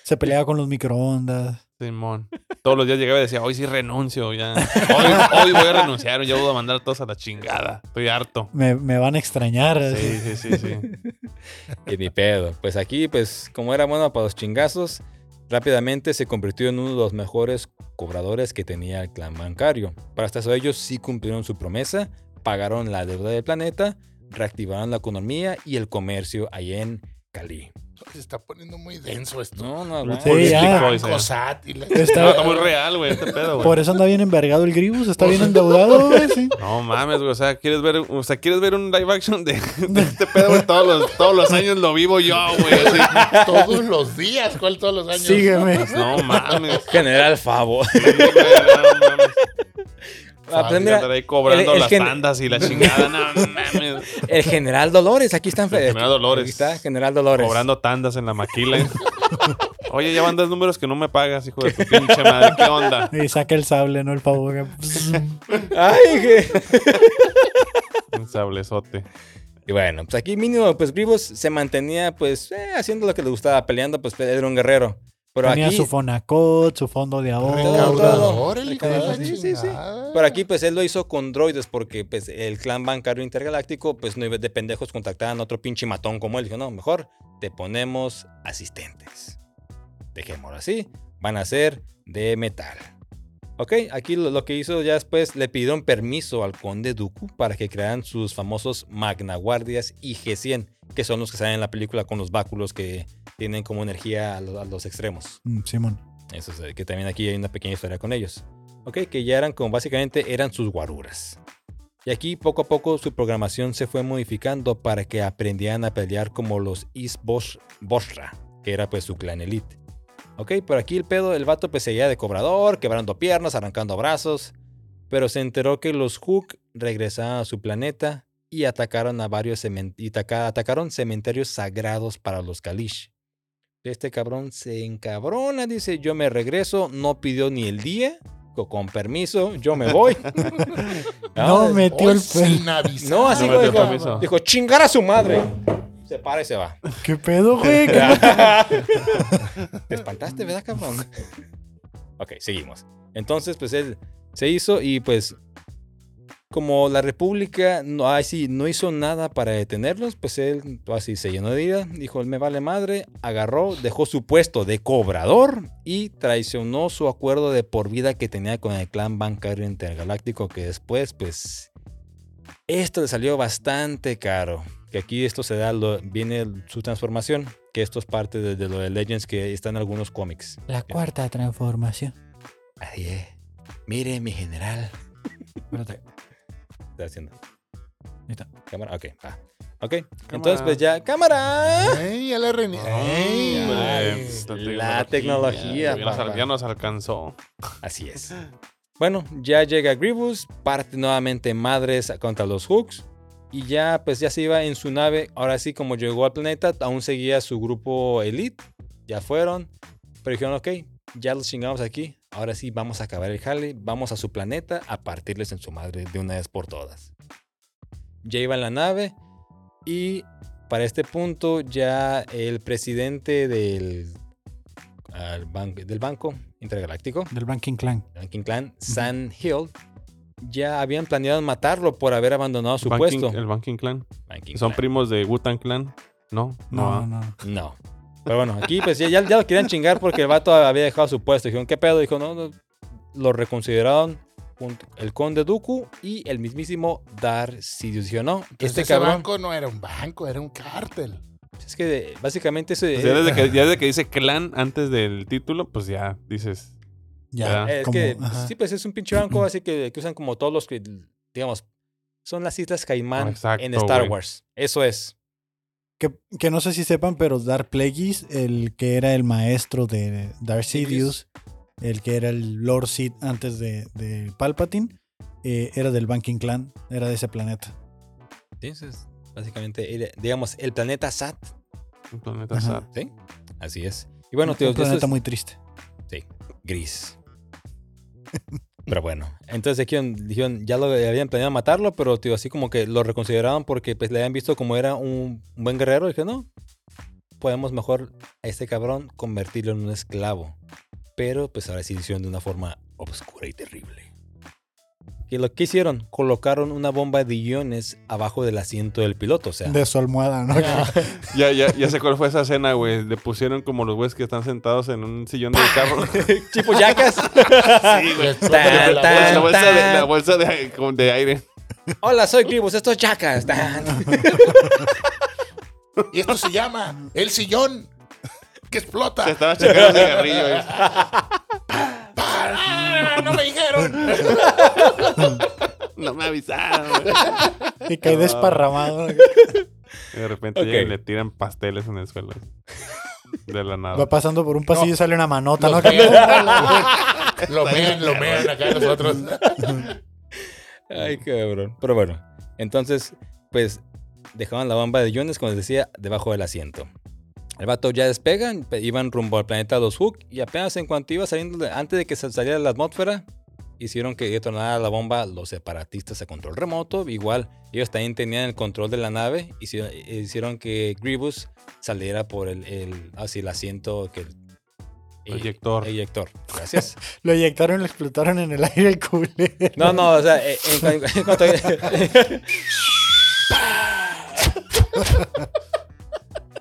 [SPEAKER 4] Se peleaba con los microondas.
[SPEAKER 3] Simón. Todos los días llegaba y decía, hoy sí renuncio ya. Hoy, hoy voy a renunciar, yo voy a mandar a todos a la chingada. Estoy harto.
[SPEAKER 4] Me, me van a extrañar. así.
[SPEAKER 3] Sí, sí, sí, sí.
[SPEAKER 1] Y ni pedo. Pues aquí, pues, como era bueno para los chingazos, rápidamente se convirtió en uno de los mejores cobradores que tenía el clan bancario. Para hasta eso ellos sí cumplieron su promesa, pagaron la deuda del planeta, reactivaron la economía y el comercio ahí en Cali.
[SPEAKER 2] Se está poniendo muy denso esto.
[SPEAKER 1] No, no, aguanta.
[SPEAKER 4] Sí, ya. Este-
[SPEAKER 3] Político, dice.
[SPEAKER 2] Versátil.
[SPEAKER 3] No,
[SPEAKER 4] Está,
[SPEAKER 3] está muy real, güey, este pedo, güey.
[SPEAKER 4] por eso anda bien envergado el Gribus, está bien endeudado, güey. sí.
[SPEAKER 3] No mames, güey. O sea, ¿quieres ver, o sea, ¿quieres ver un live action de, de este
[SPEAKER 4] *laughs*
[SPEAKER 3] pedo, güey? Todos los, todos los años lo vivo yo, güey. así.
[SPEAKER 2] *laughs* Todos los días, ¿cuál todos los años?
[SPEAKER 4] Sígueme.
[SPEAKER 3] No mames.
[SPEAKER 1] General
[SPEAKER 3] *laughs*
[SPEAKER 1] Favo.
[SPEAKER 3] Sí, güey, no mames.
[SPEAKER 1] Ah, pues
[SPEAKER 3] Hay que
[SPEAKER 1] mira,
[SPEAKER 3] andar ahí cobrando
[SPEAKER 1] el- el
[SPEAKER 3] las
[SPEAKER 1] gen-
[SPEAKER 3] tandas y la chingada. No mames.
[SPEAKER 1] el General Dolores, aquí está. en
[SPEAKER 3] El General Dolores.
[SPEAKER 1] Aquí está, General Dolores.
[SPEAKER 3] Cobrando tandas en
[SPEAKER 1] *laughs*
[SPEAKER 3] la maquila. Oye, ya van dos números que no me pagas, hijo de tu pinche madre. ¿Qué onda?
[SPEAKER 4] Y saca el sable, no el pues, pavo. güey.
[SPEAKER 1] Ay, que-
[SPEAKER 3] Un sablezote.
[SPEAKER 1] Y bueno, pues aquí mínimo, pues Gribos se mantenía, pues, eh, haciendo lo que le gustaba, peleando, pues era un guerrero. Pero
[SPEAKER 4] Tenía
[SPEAKER 1] aquí,
[SPEAKER 4] su Fonacot, su fondo de ahorro.
[SPEAKER 1] Todo, todo.
[SPEAKER 2] Recaudador, el hijo de la
[SPEAKER 1] Sí, sí, sí.
[SPEAKER 2] chingada.
[SPEAKER 1] pero aquí, pues él lo hizo con droides, porque pues el clan bancario intergaláctico, pues no iba de pendejos contactaban a otro pinche matón como él. Dijo, no, mejor te ponemos asistentes. Dejémoslo así, van a ser de metal. Ok, aquí lo, lo que hizo ya después, le pidieron permiso al conde Dooku para que crearan sus famosos Magna Guardias y G100, que son los que salen en la película con los báculos que tienen como energía a lo- a los extremos.
[SPEAKER 4] Mm, Simón.
[SPEAKER 1] Eso es, que también aquí hay una pequeña historia con ellos. Ok, que ya eran como básicamente eran sus guaruras. Y aquí poco a poco su programación se fue modificando para que aprendieran a pelear como los East Bosh- Boshra, que era pues su clan elite. Ok, por aquí el pedo, el vato pues seguía de cobrador, quebrando piernas, arrancando brazos. Pero se enteró que los Hook regresaban a su planeta y atacaron a varios cemen- y ataca- atacaron cementerios sagrados para los Kalish. Este cabrón se encabrona, dice, yo me regreso, no pidió ni el día, co- con permiso, yo me voy.
[SPEAKER 4] No
[SPEAKER 1] es-
[SPEAKER 4] metió
[SPEAKER 2] Hoy
[SPEAKER 4] el
[SPEAKER 2] Oh, sin avisar.
[SPEAKER 1] No, así
[SPEAKER 3] No
[SPEAKER 1] lo
[SPEAKER 3] metió
[SPEAKER 1] dijo,
[SPEAKER 3] permiso.
[SPEAKER 1] dijo, chingar a su madre. Se para y se va.
[SPEAKER 4] ¿Qué pedo, güey? ¿Qué-
[SPEAKER 1] Te espantaste, ¿verdad, cabrón? *laughs* ok, seguimos. Entonces, pues él se hizo y pues como la República no, ay, sí, no hizo nada para detenerlos, pues él así se llenó de ira, dijo, me vale madre, agarró, dejó su puesto de cobrador y traicionó su acuerdo de por vida que tenía con el clan bancario intergaláctico que después, pues, esto le salió bastante caro. Que aquí esto se da, lo- viene su transformación, que esto es parte de, de lo de Legends que está en algunos cómics.
[SPEAKER 4] La cuarta transformación.
[SPEAKER 1] Así es. eh. Mire, mi general.
[SPEAKER 4] Espérate.
[SPEAKER 1] Está haciendo.
[SPEAKER 4] está.
[SPEAKER 1] Cámara, ok. va. Ok, entonces pues ya, cámara.
[SPEAKER 2] Ey, ya la rené. Ey,
[SPEAKER 3] Hombre,
[SPEAKER 2] ay.
[SPEAKER 3] pues,
[SPEAKER 1] la tecnología,
[SPEAKER 3] ya nos-
[SPEAKER 1] papá.
[SPEAKER 3] Ya nos alcanzó.
[SPEAKER 1] Así es. Bueno, ya llega Grievous, parte nuevamente madres contra los Hooks. Y ya, pues ya se iba en su nave. Ahora sí, como llegó al planeta, aún seguía su grupo Elite. Ya fueron. Pero dijeron, ok, ya los chingamos aquí. Ahora sí, vamos a acabar el jale. Vamos a su planeta a partirles en su madre de una vez por todas. Ya iba en la nave. Y para este punto, ya el presidente del, al ban- del Banco Intergaláctico,
[SPEAKER 4] Del Banking Clan.
[SPEAKER 1] Rankin Clan, San Hill, ya habían planeado matarlo por haber abandonado su
[SPEAKER 3] Banking-
[SPEAKER 1] puesto.
[SPEAKER 3] el Banking Clan.
[SPEAKER 1] Rankin
[SPEAKER 3] Son
[SPEAKER 1] Clan.
[SPEAKER 3] primos de Wutan Clan. No, Ah.
[SPEAKER 4] No, no,
[SPEAKER 3] no.
[SPEAKER 4] no.
[SPEAKER 1] No. Pero bueno, aquí pues ya, ya- ya lo querían chingar porque el vato había dejado su puesto. Dijeron, ¿qué pedo? Dijo, no, no. Lo reconsideraron junto- el conde Dooku y el mismísimo Dar Sidious. Dijo, no,
[SPEAKER 3] Pues
[SPEAKER 2] Este
[SPEAKER 1] este
[SPEAKER 2] ese
[SPEAKER 1] cabrón.
[SPEAKER 2] banco no era un banco, era un cártel.
[SPEAKER 1] Es que básicamente ese.
[SPEAKER 3] O sea, desde que, Pues ya desde que dice clan antes del título, pues ya dices.
[SPEAKER 4] Ya.
[SPEAKER 3] Ah,
[SPEAKER 1] Eh, es
[SPEAKER 4] como-
[SPEAKER 1] que
[SPEAKER 4] ajá.
[SPEAKER 1] sí, pues es un pinche banco así que, que usan como todos los que, digamos, son las Islas Caimán en
[SPEAKER 3] Ah, Exacto,
[SPEAKER 1] Star
[SPEAKER 3] güey.
[SPEAKER 1] Wars. Eso es.
[SPEAKER 4] Que, que no sé si sepan, pero Dark Plagueis, el que era el maestro de Darth Sidious, el que era el Lord Sid antes de, de Palpatine, eh, era del Banking Clan, era de ese planeta.
[SPEAKER 1] Entonces, básicamente, era, digamos, el planeta Sat,
[SPEAKER 3] un planeta
[SPEAKER 4] Ajá.
[SPEAKER 3] Sat.
[SPEAKER 1] ¿sí? Así es. Y bueno, tío,
[SPEAKER 4] un
[SPEAKER 1] eso es
[SPEAKER 4] planeta muy triste.
[SPEAKER 1] gris. Pero bueno, entonces aquí dijeron, ya lo habían planeado matarlo, pero tío, así como que lo reconsideraban porque pues le habían visto como era un buen guerrero. Dije, no, podemos mejor a este cabrón convertirlo en un esclavo. Pero pues ahora sí lo hicieron de una forma oscura y terrible. Y lo que hicieron, colocaron una bomba de iones abajo del asiento del piloto. O sea,
[SPEAKER 4] De su almohada, ¿no?
[SPEAKER 3] Ya, ya, ya sé cuál fue esa escena, güey. Le pusieron como los güeyes que están sentados en un sillón del carro. *laughs*
[SPEAKER 1] tipo yacas.
[SPEAKER 2] Sí, güey.
[SPEAKER 1] Tan,
[SPEAKER 3] la,
[SPEAKER 1] tan.
[SPEAKER 3] bolsa, la bolsa de, la bolsa de, como de aire.
[SPEAKER 1] Hola, soy Cribus, esto es Chacas. *laughs*
[SPEAKER 2] Y esto se llama el sillón que explota.
[SPEAKER 3] Se estaba checando el cigarrillo. eh.
[SPEAKER 2] ¡Ah, no
[SPEAKER 4] *laughs*
[SPEAKER 2] me dijeron.
[SPEAKER 3] No me avisaron. güey.
[SPEAKER 5] *laughs*
[SPEAKER 1] *laughs*
[SPEAKER 5] Y cae desparramado.
[SPEAKER 3] Y de repente
[SPEAKER 1] Ok.
[SPEAKER 3] llegan y le tiran pasteles en el suelo. De la nada.
[SPEAKER 5] Va pasando por un pasillo y sale una manota, ¿no?
[SPEAKER 2] Lo mean, lo mean, lo mean acá nosotros.
[SPEAKER 1] Ay, cabrón. Pero bueno, entonces, pues dejaban la bomba de iones, como les decía, debajo del asiento. El vato ya despegan, pe- iban rumbo al planeta Dos Hook y apenas en cuanto iba saliendo, de- antes de que se saliera de la atmósfera, hicieron que detonara la bomba los separatistas a control remoto. Igual, ellos también tenían el control de la nave, hicieron, hicieron que Grievous saliera por el, el- hacia el asiento que...
[SPEAKER 3] Eyector.
[SPEAKER 1] Eyector, gracias.
[SPEAKER 5] *laughs* Lo eyectaron y lo explotaron en el aire el culero.
[SPEAKER 4] *laughs*
[SPEAKER 1] No, no, o sea, eh, en, cua- *laughs* en cuanto.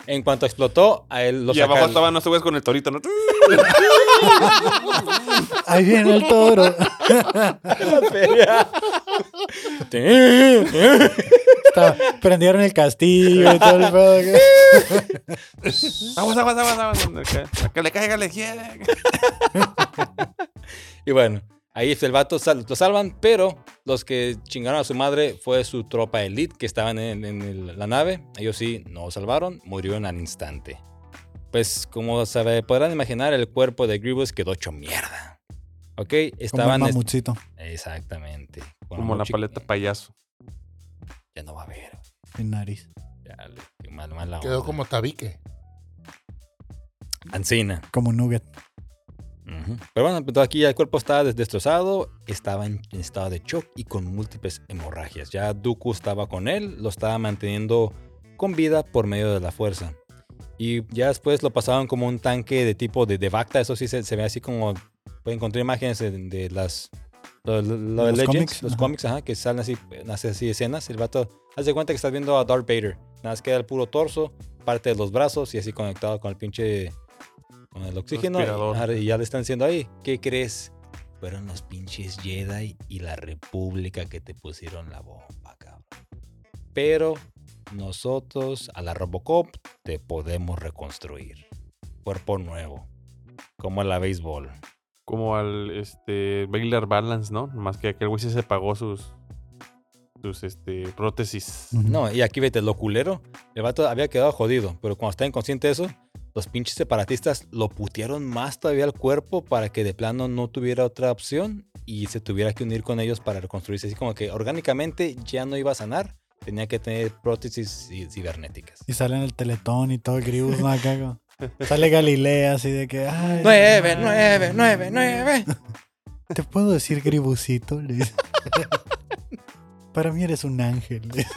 [SPEAKER 1] en cuanto explotó, a él lo
[SPEAKER 3] y abajo
[SPEAKER 1] sacaron. *laughs*
[SPEAKER 3] estaban los güeyes con el torito, ¿no?
[SPEAKER 5] Ahí viene el toro. *laughs* Está- prendieron el castillo y todo el pedo.
[SPEAKER 3] Aguas, aguas, aguas, aguas.
[SPEAKER 1] *laughs*
[SPEAKER 3] Acá- acá le caiga, le quiere.
[SPEAKER 1] *laughs* Y bueno, ahí el vato sal- lo salvan, pero los que chingaron a su madre fue su tropa elite que estaban en, en el- la nave. Ellos sí no lo salvaron, murieron al instante. Pues como se podrán imaginar, el cuerpo de Grievous quedó hecho mierda. Ok,
[SPEAKER 5] Como un
[SPEAKER 1] estaban... est-
[SPEAKER 5] mamutcito.
[SPEAKER 1] Exactamente. Con
[SPEAKER 3] Como la
[SPEAKER 1] muchi-
[SPEAKER 3] paleta payaso.
[SPEAKER 1] Ya no va a haber.
[SPEAKER 5] Sin nariz.
[SPEAKER 1] Chale, qué mal- mala
[SPEAKER 2] Quedó
[SPEAKER 1] onda.
[SPEAKER 2] como tabique.
[SPEAKER 1] Ancina.
[SPEAKER 5] Como nugget.
[SPEAKER 1] Pero bueno, pues, aquí ya el cuerpo estaba des- destrozado, estaba en en estado de shock y con múltiples hemorragias. Ya Dooku estaba con él, lo estaba manteniendo con vida por medio de la fuerza. Y ya después lo pasaban como un tanque de tipo de, de Bacta, eso sí se, se ve así como... Pueden encontrar imágenes de, de las... Lo, lo- lo de
[SPEAKER 5] Los
[SPEAKER 1] Legends,
[SPEAKER 5] cómics,
[SPEAKER 1] los
[SPEAKER 5] ajá.
[SPEAKER 1] cómics, ajá, que salen así, hace así escenas. El vato haz de cuenta que estás viendo a Darth Vader. Nada más queda el puro torso, parte de los brazos y así conectado con el pinche. con el oxígeno.
[SPEAKER 3] Respirador.
[SPEAKER 1] Ajá, Y ya le están diciendo ahí, ¿qué crees? Fueron los pinches Jedi y la República que te pusieron la bomba, cabrón. Pero nosotros, a la Robocop, te podemos reconstruir. Cuerpo nuevo. Como a la béisbol.
[SPEAKER 3] Como al este Baylor Balance, ¿no? Más que aquel güey sí se pagó sus sus este prótesis.
[SPEAKER 1] *laughs* No, y aquí vete, lo culero. El vato había quedado jodido, pero cuando estaba inconsciente de eso, los pinches separatistas lo putearon más todavía al cuerpo para que de plano no tuviera otra opción y se tuviera que unir con ellos para reconstruirse. Así como que orgánicamente ya no iba a sanar, tenía que tener prótesis ci- cibernéticas.
[SPEAKER 5] Y sale en el teletón y todo el grius, ¿no? Acá, como- Sale Galilea así de que. Ay,
[SPEAKER 1] Nueve, nueve, nueve, nueve.
[SPEAKER 5] ¿Te puedo decir gribucito? Le dice. *laughs* Para mí eres un ángel. le dice.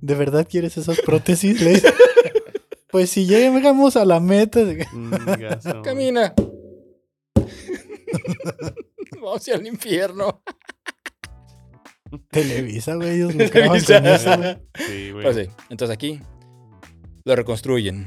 [SPEAKER 5] ¿De verdad quieres esas prótesis? Le dice. Pues si llegamos a la meta. de-
[SPEAKER 3] Chingazo.
[SPEAKER 1] Camina. *laughs* Vamos hacia el infierno.
[SPEAKER 5] Televisa, güey. Ellos lucraban
[SPEAKER 1] Televisa.
[SPEAKER 5] con eso, güey.
[SPEAKER 3] Sí,
[SPEAKER 1] Pero
[SPEAKER 3] güey.
[SPEAKER 1] Pues sí, entonces aquí lo reconstruyen.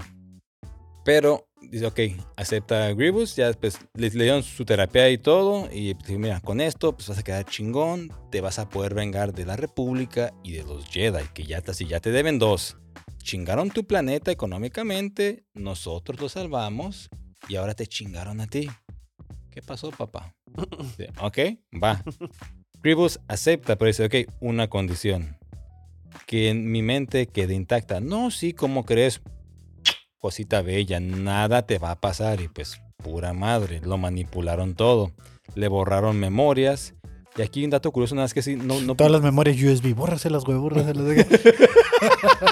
[SPEAKER 1] Pero dice, ok, acepta a Grievous, ya pues le, le dieron su terapia y todo. Y pues, dijo, mira, con esto pues vas a quedar chingón, te vas a poder vengar de la República y de los Jedi, que ya, te- así ya te deben dos. Chingaron tu planeta económicamente, nosotros lo salvamos y ahora te chingaron a ti. ¿Qué pasó, papá? Dice, ok, va. Grievous acepta, pero dice, ok, una condición que en mi mente quede intacta. No, sí, como crees? Cosita bella, nada te va a pasar. Y pues, pura madre, lo manipularon todo. Le borraron memorias. Y aquí un dato curioso, nada más que sí, no, no,
[SPEAKER 5] Todas las memorias USB. Bórraselas, güey. Bórraselas.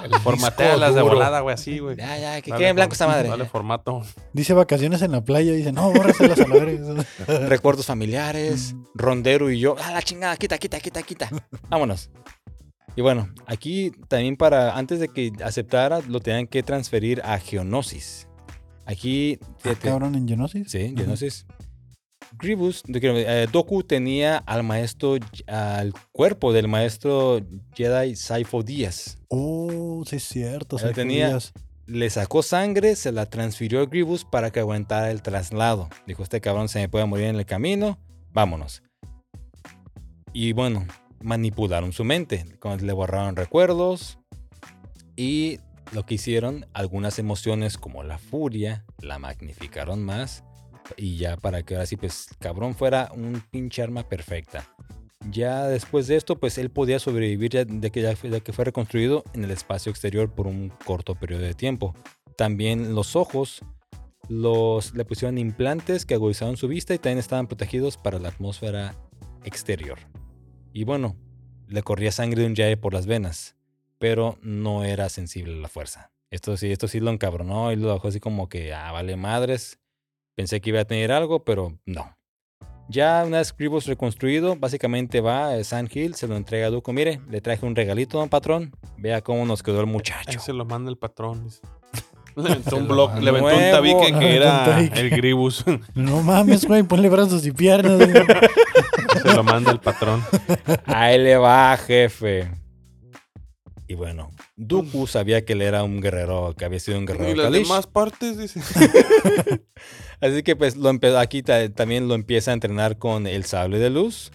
[SPEAKER 2] El
[SPEAKER 3] Formatealas
[SPEAKER 2] disco
[SPEAKER 3] de
[SPEAKER 2] duro.
[SPEAKER 3] volada, güey, así, güey.
[SPEAKER 1] Ya, ya, que
[SPEAKER 3] Dale
[SPEAKER 1] quede en blanco
[SPEAKER 3] for-
[SPEAKER 1] esta madre. *laughs*
[SPEAKER 3] Dale formato.
[SPEAKER 5] Dice vacaciones en la playa. Dice, no, bórraselas a la verga.
[SPEAKER 1] Recuerdos familiares, Rondero y yo. ¡Ah, la chingada! Quita, quita, quita, quita. Vámonos. Y bueno, aquí también para, antes de que aceptara, lo tenían que transferir a Geonosis. Aquí...
[SPEAKER 5] Ah,
[SPEAKER 1] fíjate,
[SPEAKER 5] Cabrón en Genosis.
[SPEAKER 1] Sí,
[SPEAKER 5] Ajá.
[SPEAKER 1] Genesis. Grievous, no quiero- eh, Doku tenía al maestro, al cuerpo del maestro Jedi Saifo Díaz.
[SPEAKER 5] Oh, sí es cierto.
[SPEAKER 1] Ahí lo
[SPEAKER 5] sí,
[SPEAKER 1] tenía.
[SPEAKER 5] judías.
[SPEAKER 1] Le sacó sangre, se la transfirió a Grievous para que aguantara el traslado. Dijo, este cabrón se me puede morir en el camino, vámonos. Y bueno, manipularon su mente, con- le borraron recuerdos y lo que hicieron, algunas emociones como la furia, la magnificaron más y ya para que ahora sí, pues cabrón fuera un pinche arma perfecta. Ya después de esto, pues él podía sobrevivir ya de que, ya, fue- de que fue reconstruido en el espacio exterior por un corto periodo de tiempo. También los ojos los, le pusieron implantes que agudizaron su vista y también estaban protegidos para la atmósfera exterior. Y bueno, le corría sangre de un yae por las venas, pero no era sensible a la fuerza. Esto sí, esto sí lo encabronó y lo dejó así como que, ah, vale madres. Pensé que iba a tener algo, pero no. Ya una vez Grievous reconstruido, básicamente va a San Hill, se lo entrega a Duco. Mire, le traje un regalito, don patrón. Vea cómo nos quedó el
[SPEAKER 3] Ahí
[SPEAKER 1] muchacho.
[SPEAKER 3] se lo manda el patrón. dice. *laughs* Le aventó
[SPEAKER 1] lo
[SPEAKER 3] un block,
[SPEAKER 1] manda.
[SPEAKER 3] le aventó un
[SPEAKER 1] Nuevo.
[SPEAKER 3] tabique
[SPEAKER 1] *laughs*
[SPEAKER 3] que
[SPEAKER 5] Ah, un
[SPEAKER 3] era
[SPEAKER 5] tabique.
[SPEAKER 3] el *laughs* Gribus.
[SPEAKER 5] No mames, güey, ponle brazos y
[SPEAKER 1] *laughs*
[SPEAKER 5] piernas. güey.
[SPEAKER 3] Se lo manda el patrón.
[SPEAKER 1] Ahí le va, jefe. Y bueno, Dooku sabía que él era un guerrero, que había sido un guerrero
[SPEAKER 3] Y las
[SPEAKER 1] Kalish.
[SPEAKER 3] demás partes, dice.
[SPEAKER 1] Así que pues lo empe- aquí ta- también lo empieza a entrenar con el sable de luz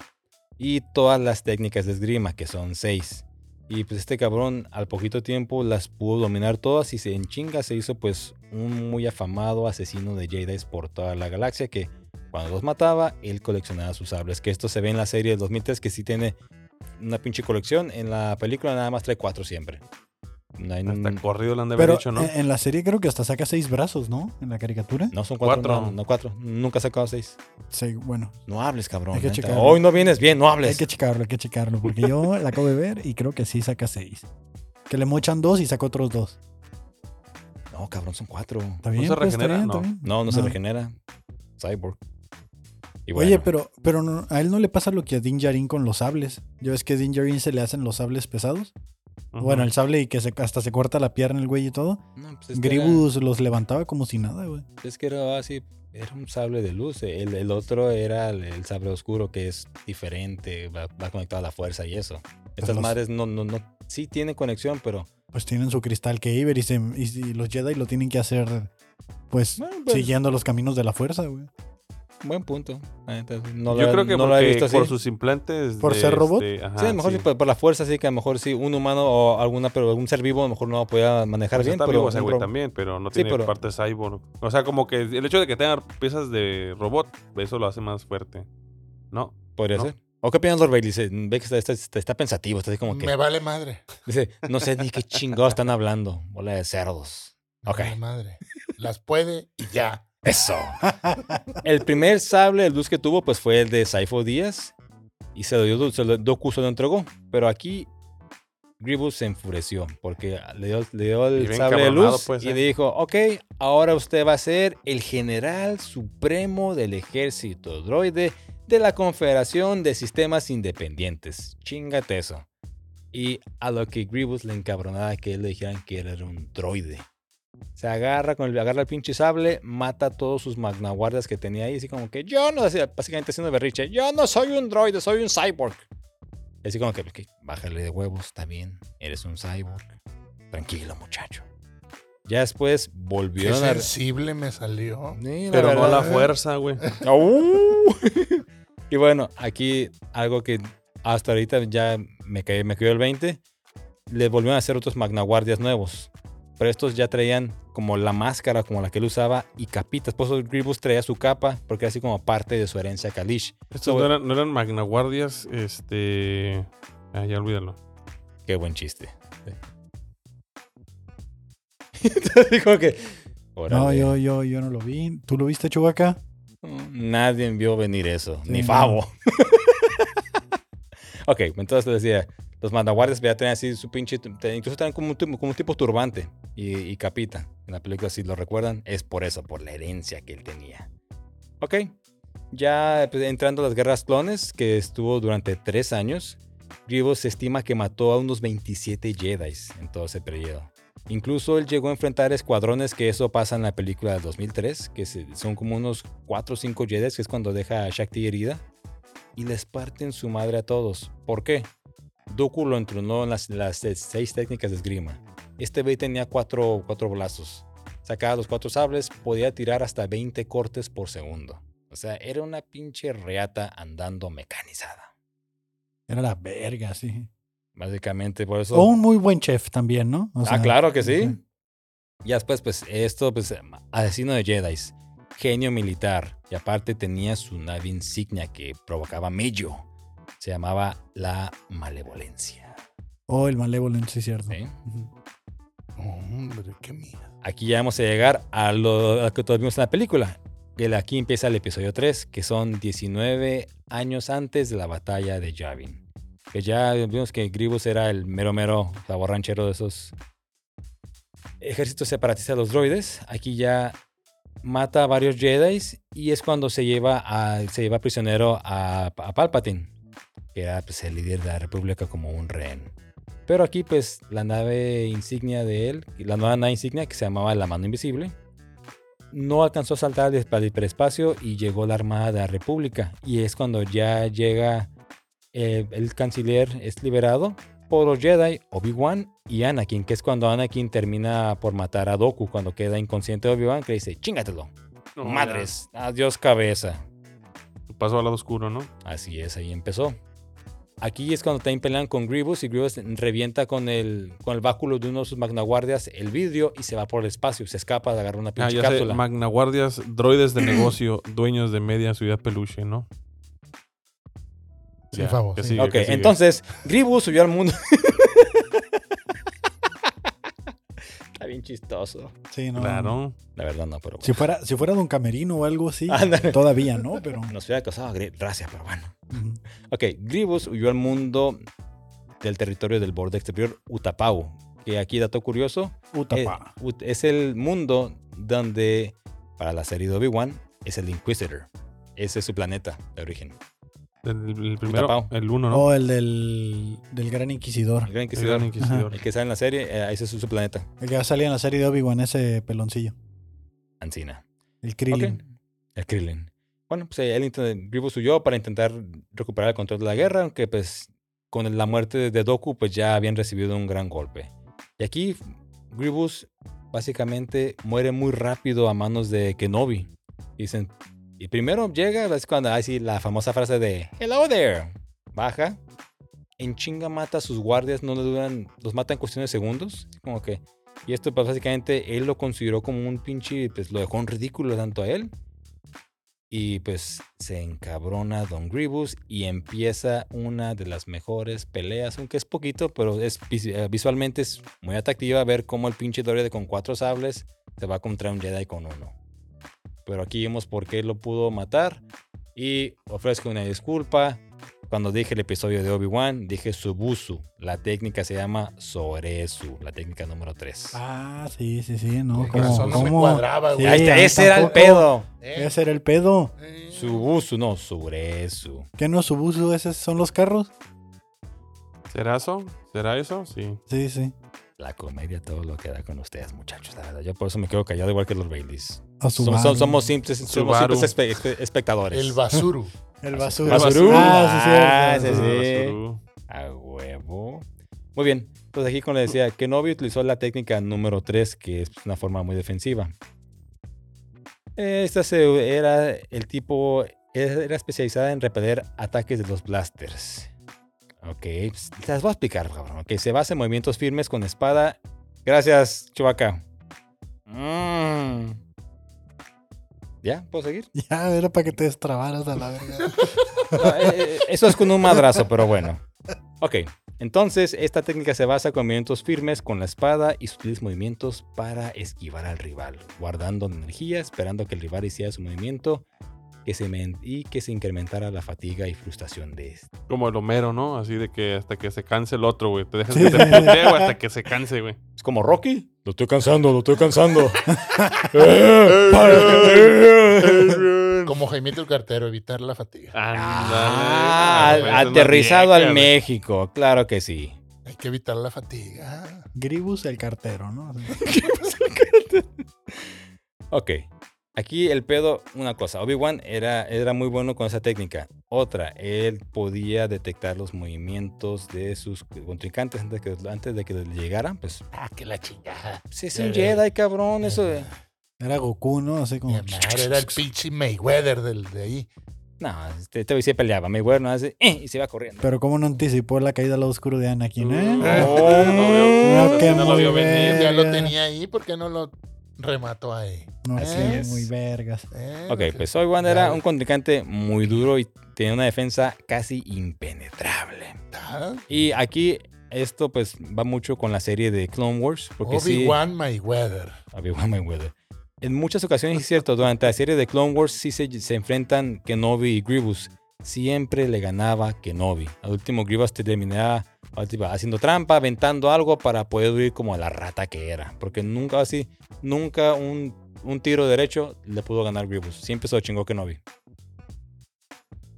[SPEAKER 1] y todas las técnicas de esgrima, que son seis. Y pues este cabrón al poquito tiempo las pudo dominar todas y se en chinga se hizo pues un muy afamado asesino de Jedi por toda la galaxia que cuando los mataba él coleccionaba sus sables. Que esto se ve en la serie del 2003 que sí tiene una pinche colección. En la película nada más trae cuatro siempre. No, hay-
[SPEAKER 3] Hasta corrido le han de haber
[SPEAKER 5] Pero eh,
[SPEAKER 3] hecho, ¿no?
[SPEAKER 5] en en la serie creo que hasta saca seis brazos, ¿no? En la caricatura.
[SPEAKER 1] no son cuatro,
[SPEAKER 3] Cuatro.
[SPEAKER 1] No, no cuatro. Nunca he sacado seis.
[SPEAKER 5] Sí, bueno,
[SPEAKER 1] No hables, cabrón.
[SPEAKER 5] Hay que
[SPEAKER 1] neta.
[SPEAKER 5] checarlo.
[SPEAKER 1] Hoy no vienes bien, no
[SPEAKER 5] hay
[SPEAKER 1] hables.
[SPEAKER 5] que checarlo, hay que checarlo. Porque
[SPEAKER 1] *laughs*
[SPEAKER 5] yo la acabo de ver y creo que sí saca seis. Que le mochan dos y saca otros dos.
[SPEAKER 1] No, cabrón, son cuatro.
[SPEAKER 5] ¿Está bien?
[SPEAKER 3] se
[SPEAKER 5] pues, está
[SPEAKER 3] regenera?
[SPEAKER 5] bien, está
[SPEAKER 3] No.
[SPEAKER 5] bien.
[SPEAKER 1] No, no, se
[SPEAKER 5] No.
[SPEAKER 1] regenera. Cyborg. Y
[SPEAKER 5] Oye,
[SPEAKER 1] bueno,
[SPEAKER 5] pero, pero no- a él no le pasa lo que a Din Djarin con los sables. Ya ves que a Din Djarin se le hacen los sables pesados.
[SPEAKER 3] Ujú.
[SPEAKER 5] Bueno, el sable y que se- hasta se corta la pierna el güey y todo.
[SPEAKER 1] No, pues es que era-
[SPEAKER 5] Gribus los levantaba como si nada, güey.
[SPEAKER 1] es que era así. Era un sable de luz. El, el otro era el, el sable oscuro, que es diferente. Va, va conectado a la fuerza y eso. Estas
[SPEAKER 5] los-
[SPEAKER 1] madres no, no, no. Sí tienen conexión, pero.
[SPEAKER 5] Pues tienen su cristal Kyber y, se- y, y los Jedi lo tienen que hacer, pues,
[SPEAKER 1] Bueno, pues,
[SPEAKER 5] siguiendo los caminos de la fuerza, güey.
[SPEAKER 1] Buen punto. La neta, No
[SPEAKER 3] Yo
[SPEAKER 1] lo-
[SPEAKER 3] creo que
[SPEAKER 1] no lo he
[SPEAKER 3] porque
[SPEAKER 1] visto así.
[SPEAKER 3] por sus implantes.
[SPEAKER 5] ¿Por
[SPEAKER 3] de
[SPEAKER 5] ser robot?
[SPEAKER 3] este, ajá,
[SPEAKER 1] Sí, a lo mejor sí, por, por la fuerza, sí que a lo mejor sí un humano o alguna, pero algún ser vivo a lo mejor no podía manejar
[SPEAKER 3] O sea,
[SPEAKER 1] bien.
[SPEAKER 3] Pues está
[SPEAKER 1] pero
[SPEAKER 3] vivo ese
[SPEAKER 1] un
[SPEAKER 3] güey
[SPEAKER 1] ro-
[SPEAKER 3] también, pero no
[SPEAKER 1] Sí,
[SPEAKER 3] tiene
[SPEAKER 1] pero-
[SPEAKER 3] parte cyborg. O sea, como que el hecho de que tenga piezas de robot, eso lo hace más fuerte. ¿No?
[SPEAKER 1] Podría
[SPEAKER 3] ¿no?
[SPEAKER 1] ser. ¿O qué opinas, Lord Dice, ve que está, está- está- está pensativo, está así como que.
[SPEAKER 2] Me vale madre.
[SPEAKER 1] Dice, no sé ni qué chingados están hablando. Bola de cerdos.
[SPEAKER 2] Me
[SPEAKER 1] Ok.
[SPEAKER 2] vale madre. Las puede y ya.
[SPEAKER 1] Eso. *laughs* El primer sable de luz que tuvo, pues fue el de Saifo Díaz. Y se lo dio, se lo, Doku se lo entregó. Pero aquí, Grievous se enfureció. Porque le dio, le dio
[SPEAKER 3] Y
[SPEAKER 1] el
[SPEAKER 3] bien
[SPEAKER 1] sable de
[SPEAKER 3] cabronado,
[SPEAKER 1] luz.
[SPEAKER 3] pues,
[SPEAKER 1] y
[SPEAKER 3] ¿eh?
[SPEAKER 1] le dijo, ok, ahora usted va a ser el general supremo del ejército droide de la Confederación de Sistemas Independientes. Chingate eso. Y a lo que Grievous le encabronaba que él le dijeran que él era un droide. Se agarra con el, agarra el pinche sable, mata a todos sus magnaguardias que tenía ahí, así como que yo no, así, básicamente haciendo berriche, yo no soy un droide, soy un cyborg. Y Así como que, "Ok, bájale de huevos, está bien, eres un cyborg. Tranquilo, muchacho. Ya después
[SPEAKER 2] Qué
[SPEAKER 1] volvió a...
[SPEAKER 2] sensible me salió.
[SPEAKER 1] Sí, la
[SPEAKER 3] Pero no a
[SPEAKER 1] verdad.
[SPEAKER 3] la
[SPEAKER 1] *laughs*
[SPEAKER 3] fuerza, güey.
[SPEAKER 1] ¡Au! *laughs* y bueno, aquí algo que hasta ahorita ya me cayó, me cayó el 20. Le volvieron a hacer otros magnaguardias nuevos. Pero estos ya traían como la máscara, como la que él usaba, y capitas. Por eso Grievous traía su capa, porque era así como parte de su herencia Kalish.
[SPEAKER 3] Estos no eran, no eran magnaguardias, este... Ah, ya olvídalo.
[SPEAKER 1] Qué buen chiste. *laughs* Entonces como que...
[SPEAKER 5] No,
[SPEAKER 1] órale,
[SPEAKER 5] yo, yo, yo no lo vi. ¿Tú lo viste, Chubaca?
[SPEAKER 1] Nadie vio venir eso,
[SPEAKER 5] Sí,
[SPEAKER 1] ni
[SPEAKER 5] no.
[SPEAKER 1] Favo. *laughs* ok, entonces les decía, los mandaguardias ya tenían así su pinche, tu- te- incluso tenían como un, tu- como un tipo turbante y, y capita. En la película, si lo recuerdan, es por eso, por la herencia que él tenía. Ok, ya pues, entrando a las guerras clones, que estuvo durante tres años, Grievous se estima que mató a unos 27 Jedi en todo ese periodo. Incluso él llegó a enfrentar escuadrones, que eso pasa en la película del 2003, que se- son como unos 4 o 5 Jedi, que es cuando deja a Shakti herida, y les parten su madre a todos. ¿Por qué? Dooku lo entrenó en las, las seis técnicas de esgrima. Este güey tenía cuatro, cuatro brazos. Sacaba los cuatro sables, podía tirar hasta 20 cortes por segundo. O sea, era una pinche reata andando mecanizada.
[SPEAKER 4] Era la verga, sí.
[SPEAKER 1] Básicamente, por eso.
[SPEAKER 5] O un muy buen chef también, ¿no? O
[SPEAKER 1] ah,
[SPEAKER 5] sea,
[SPEAKER 1] claro que sí.
[SPEAKER 5] ujú.
[SPEAKER 1] Ya después, pues, esto, pues, asesino de Jedi, genio militar. Y aparte tenía su nave insignia que provocaba mello. Se llamaba la malevolencia.
[SPEAKER 5] O Oh, el Malevolent, sí, cierto.
[SPEAKER 1] ¿sí?
[SPEAKER 5] Ujú.
[SPEAKER 2] Hombre, qué mierda.
[SPEAKER 1] Aquí ya vamos a llegar a lo, a lo que todos vimos en la película. Que la- aquí empieza el episodio 3, que son 19 años antes de la batalla de Yavin. Que ya vimos que Grievous era el mero mero saborranchero de esos ejércitos separatistas de los droides. Aquí ya mata a varios Jedi y es cuando se lleva, a- se lleva prisionero a, a Palpatine, que era pues, el líder de la República como un rehén. Pero aquí, pues, la nave insignia de él, la nueva nave insignia que se llamaba La Mano Invisible, no alcanzó a saltar al espa- al hiperespacio y llegó la Armada de la República. Y es cuando ya llega eh, el canciller, es liberado por los Jedi, Obi-Wan y Anakin, que es cuando Anakin termina por matar a Doku cuando queda inconsciente Obi-Wan, que le dice: chingatelo,
[SPEAKER 3] No,
[SPEAKER 1] madres, adiós cabeza.
[SPEAKER 3] ya. Pasó al lado oscuro,
[SPEAKER 1] Ah,
[SPEAKER 3] ¿no?
[SPEAKER 1] Así es, ahí empezó. Aquí es cuando también pelean con Grievous y Grievous revienta con el, con el báculo de uno de sus magnaguardias el vidrio y se va por el espacio, se escapa, agarra una
[SPEAKER 3] Ah,
[SPEAKER 1] pinche
[SPEAKER 3] ya sé.
[SPEAKER 1] cápsula.
[SPEAKER 3] Magnaguardias,
[SPEAKER 1] *clears throat*
[SPEAKER 3] droides de negocio, dueños de media ciudad peluche, ¿no?
[SPEAKER 2] Sí, favor,
[SPEAKER 3] que
[SPEAKER 2] sí.
[SPEAKER 3] sigue,
[SPEAKER 1] ok,
[SPEAKER 3] que sigue.
[SPEAKER 1] entonces Grievous subió al mundo. *laughs* Está bien chistoso.
[SPEAKER 5] Sí, no.
[SPEAKER 3] Claro.
[SPEAKER 1] La verdad no, pero bueno.
[SPEAKER 5] Si fuera, si fuera Don Camerino o algo así,
[SPEAKER 1] Ándale.
[SPEAKER 5] todavía no, pero.
[SPEAKER 1] Nos hubiera causado gri- gracias, pero bueno.
[SPEAKER 5] Ujú.
[SPEAKER 1] Ok, Grievous huyó al mundo del territorio del borde exterior Utapau, que aquí dato curioso,
[SPEAKER 5] Utapa.
[SPEAKER 1] Eh, ut- Es, el mundo donde, para la serie de Obi-Wan, es el Inquisitor. Ese es su planeta de origen.
[SPEAKER 3] El, el primero,
[SPEAKER 1] Utapau.
[SPEAKER 3] el uno, ¿no?
[SPEAKER 5] O Oh, el del, del Gran Inquisidor.
[SPEAKER 1] El gran
[SPEAKER 3] El
[SPEAKER 1] Inquisidor.
[SPEAKER 3] gran inquisidor.
[SPEAKER 1] El que sale en la serie, eh, ese es su planeta.
[SPEAKER 5] El que va a salir en la serie de Obi-Wan, ese peloncillo.
[SPEAKER 1] Ancina.
[SPEAKER 5] El Krillin.
[SPEAKER 1] Ok. El Krillin. Bueno, pues eh, él int- Grievous huyó para intentar recuperar el control de la guerra, aunque pues con la muerte de- de Doku pues ya habían recibido un gran golpe. Y aquí Grievous básicamente muere muy rápido a manos de Kenobi. Dicen, y primero llega, es cuando hay la famosa frase de Hello there. Baja, en chinga mata a sus guardias, no le duran, los mata en cuestión de segundos. Como que y esto, pues básicamente, él lo consideró como un pinche, pues lo dejó en ridículo tanto a él. Y pues se encabrona Don Grievous y empieza una de las mejores peleas, aunque es poquito, pero es vis- eh, visualmente es muy atractiva ver cómo el pinche Droide con cuatro sables se va contra un Jedi con uno. Pero aquí vemos por qué lo pudo matar y ofrezco una disculpa. Cuando dije el episodio de Obi-Wan, dije Subusu. La técnica se llama Soresu, la técnica número 3.
[SPEAKER 5] Ah, sí, sí, sí, no.
[SPEAKER 2] Con
[SPEAKER 5] ¿cómo-
[SPEAKER 2] razón no me
[SPEAKER 5] cómo?
[SPEAKER 2] cuadraba, güey.
[SPEAKER 5] Sí,
[SPEAKER 1] Ahí
[SPEAKER 5] a
[SPEAKER 1] está,
[SPEAKER 5] mí
[SPEAKER 1] ese era el
[SPEAKER 5] tampoco.
[SPEAKER 1] pedo.
[SPEAKER 2] Eh,
[SPEAKER 5] Ese era el pedo.
[SPEAKER 2] eh.
[SPEAKER 1] Subusu, no, Suresu.
[SPEAKER 5] ¿Qué no subuso? ¿Esos son los carros?
[SPEAKER 3] ¿Será eso? ¿Será eso? Sí.
[SPEAKER 5] Sí, sí.
[SPEAKER 1] La comedia todo lo que da con ustedes, muchachos. La verdad, yo por eso me quedo callado igual que los Baileys.
[SPEAKER 5] A
[SPEAKER 1] Somos,
[SPEAKER 5] Subaru.
[SPEAKER 1] somos simples, somos
[SPEAKER 3] Subaru.
[SPEAKER 1] simples espe- espe- espectadores.
[SPEAKER 2] El
[SPEAKER 1] *laughs*
[SPEAKER 2] Basuru.
[SPEAKER 5] El basura.
[SPEAKER 1] Basurú.
[SPEAKER 5] Ah, sí,
[SPEAKER 1] Ah,
[SPEAKER 5] sí.
[SPEAKER 1] sí.
[SPEAKER 3] Basuru.
[SPEAKER 1] A huevo. Muy bien. Entonces aquí como les decía, Kenobi utilizó la técnica número 3, que es una forma muy defensiva. Esta se- era el tipo, era especializada en repeler ataques de los blasters. Ok, pues, las voy a explicar, cabrón. Que se basa en movimientos firmes con espada. Gracias, Chewbacca. Mm. ¿Ya? ¿Puedo seguir?
[SPEAKER 5] Ya, era para que te destrabaras a la verga.
[SPEAKER 1] No, eh, eh, Eso es con un madrazo, pero bueno. Ok, entonces esta técnica se basa con movimientos firmes con la espada y sutiles movimientos para esquivar al rival, guardando energía, esperando que el rival hiciera su movimiento que se men- y que se incrementara la fatiga y frustración de este.
[SPEAKER 3] Como el Homero, ¿no? Así de que hasta que se canse el otro, güey. Te dejas
[SPEAKER 5] Sí.
[SPEAKER 3] que te putee, güey, hasta que se canse, güey.
[SPEAKER 1] Es como Rocky. Lo estoy cansando, lo estoy cansando.
[SPEAKER 2] Como Jaimito el Cartero, evitar la fatiga.
[SPEAKER 1] Ah,
[SPEAKER 3] Ándale.
[SPEAKER 1] aterrizado al
[SPEAKER 3] mes
[SPEAKER 1] México, claro que sí.
[SPEAKER 2] Hay que evitar la fatiga.
[SPEAKER 5] Gribus el cartero, ¿no?
[SPEAKER 1] Ok. Aquí el pedo, una cosa. Obi-Wan era, era muy bueno con esa técnica. Otra, él podía detectar los movimientos de sus contrincantes antes de que, antes de que le llegaran. Pues,
[SPEAKER 2] Ah, que la chingada.
[SPEAKER 1] si es un Jedi, cabrón, eso. de-
[SPEAKER 5] Era Goku, ¿no? Así
[SPEAKER 2] Mi
[SPEAKER 5] como.
[SPEAKER 2] madre, era el pinche Mayweather del, de ahí.
[SPEAKER 1] No, este, este güey sí peleaba. Mi güey no hace. "Eh", y se iba corriendo.
[SPEAKER 5] Pero cómo no anticipó la caída al lado oscuro de Anakin,
[SPEAKER 1] Mm,
[SPEAKER 5] ¿eh?
[SPEAKER 3] *laughs* No,
[SPEAKER 5] No, que
[SPEAKER 3] no lo
[SPEAKER 5] muy
[SPEAKER 3] vio venir.
[SPEAKER 5] bien.
[SPEAKER 2] Ya lo tenía ahí, ¿por qué no lo remató ahí?
[SPEAKER 5] No,
[SPEAKER 2] Así
[SPEAKER 5] sí,
[SPEAKER 2] es.
[SPEAKER 5] muy vergas.
[SPEAKER 2] Eh,
[SPEAKER 1] Ok,
[SPEAKER 2] no sé.
[SPEAKER 1] pues Obi Wan era
[SPEAKER 2] Ya.
[SPEAKER 1] un contrincante muy duro y tenía una defensa casi impenetrable.
[SPEAKER 2] Ah,
[SPEAKER 1] Y aquí esto pues va mucho con la serie de Clone Wars. Porque sí,
[SPEAKER 2] Obi-Wan Mayweather.
[SPEAKER 1] Obi-Wan Mayweather. En muchas ocasiones, es cierto, durante la serie de Clone Wars sí se, se enfrentan Kenobi y Grievous. Siempre le ganaba Kenobi. Al último, Grievous te terminaba ah, tipo, haciendo trampa, aventando algo para poder huir como la rata que era. Porque nunca así, nunca un, un tiro derecho le pudo ganar Grievous. Siempre se lo chingó Kenobi.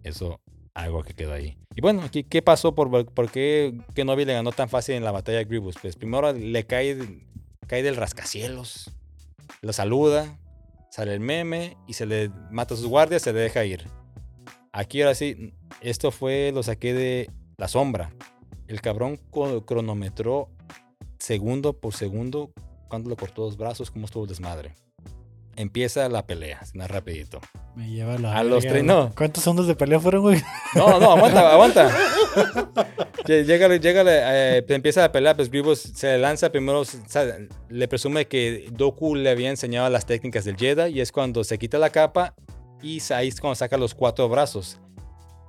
[SPEAKER 1] Eso, algo que quedó ahí. Y bueno, aquí, ¿qué pasó? ¿Por, por qué Kenobi le ganó tan fácil en la batalla a Grievous? Pues primero le cae cae del rascacielos, lo saluda, sale el meme y se le mata a sus guardias, se le deja ir. Aquí ahora sí, esto fue, lo saqué de la sombra. El cabrón co- cronometró segundo por segundo cuando le cortó los brazos, cómo estuvo el desmadre. Empieza la pelea, así, nada rapidito.
[SPEAKER 5] Me lleva la
[SPEAKER 1] A los
[SPEAKER 5] verga,
[SPEAKER 1] tres,
[SPEAKER 5] güey.
[SPEAKER 1] no.
[SPEAKER 5] ¿Cuántos segundos de pelea fueron, güey? *laughs*
[SPEAKER 1] No, no, aguanta, aguanta. Lle- Llégale, llégale, eh, empieza la pelea, pues Grievous se lanza primero, s- sa- le presume que Doku le había enseñado las técnicas del Jedi y es cuando se quita la capa y sa- ahí es cuando saca los cuatro brazos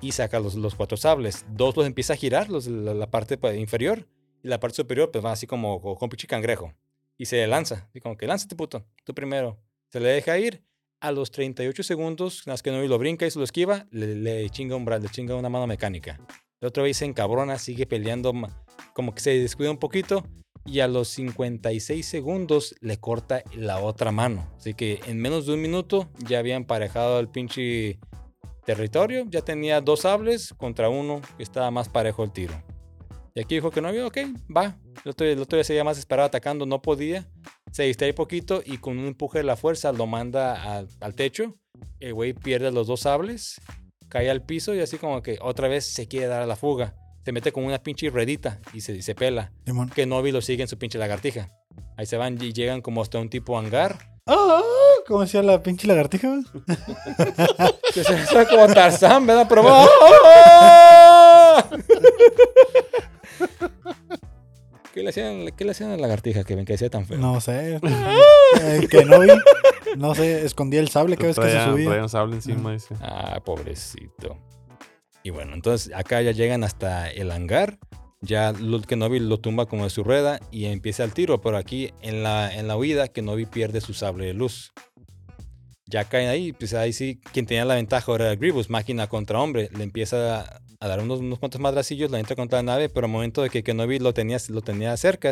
[SPEAKER 1] y saca los, los cuatro sables. Dos los empieza a girar, los- la, la parte pues, inferior y la parte superior pues va así como co- con pinche cangrejo y se lanza, así como que lánzate puto, tú primero. Se le deja ir a los 38 segundos, las que no lo brinca y se lo esquiva, le, le chinga un brazo, le chinga una mano mecánica. La otra vez se encabrona, sigue peleando, ma- como que se descuida un poquito y a los 56 segundos le corta la otra mano. Así que en menos de un minuto ya había emparejado al pinche territorio, ya tenía dos sables contra uno que estaba más parejo el tiro. Y aquí dijo que no había, ok, va. El otro, el otro día seguía más esperado atacando, no podía se distrae poquito y con un empuje de la fuerza lo manda al, al techo. El güey pierde los dos sables, cae al piso y así como que otra vez se quiere dar a la fuga. Se mete con una pinche redita y se, y se pela.
[SPEAKER 5] Simón.
[SPEAKER 1] Que Novi lo sigue en su pinche lagartija. Ahí se van y llegan como hasta un tipo hangar. *laughs*
[SPEAKER 5] ¡Ah! ¿Cómo decía la pinche lagartija, güey?
[SPEAKER 1] Que se está como Tarzán, ¿verdad? Pero va- ¡Ah! *laughs* ¿Qué le hacían, qué le hacían a la lagartija que ven que hacía tan feo?
[SPEAKER 5] No
[SPEAKER 1] *laughs*
[SPEAKER 5] sé. Eh, que no vi. No sé, escondía el sable cada vez que se
[SPEAKER 3] Traían-
[SPEAKER 5] subía.
[SPEAKER 3] traían sable encima, dice.
[SPEAKER 1] Ah, pobrecito. Y bueno, entonces acá ya llegan hasta el hangar. Ya Luke Kenobi lo tumba como de su rueda y empieza el tiro. Pero aquí en la, en la huida, Kenobi pierde su sable de luz. Ya caen ahí, pues ahí sí, quien tenía la ventaja era Grievous, máquina contra hombre. Le empieza a, a dar unos, unos cuantos madracillos, la entra contra la nave, pero al momento de que Kenobi lo tenía, lo tenía cerca,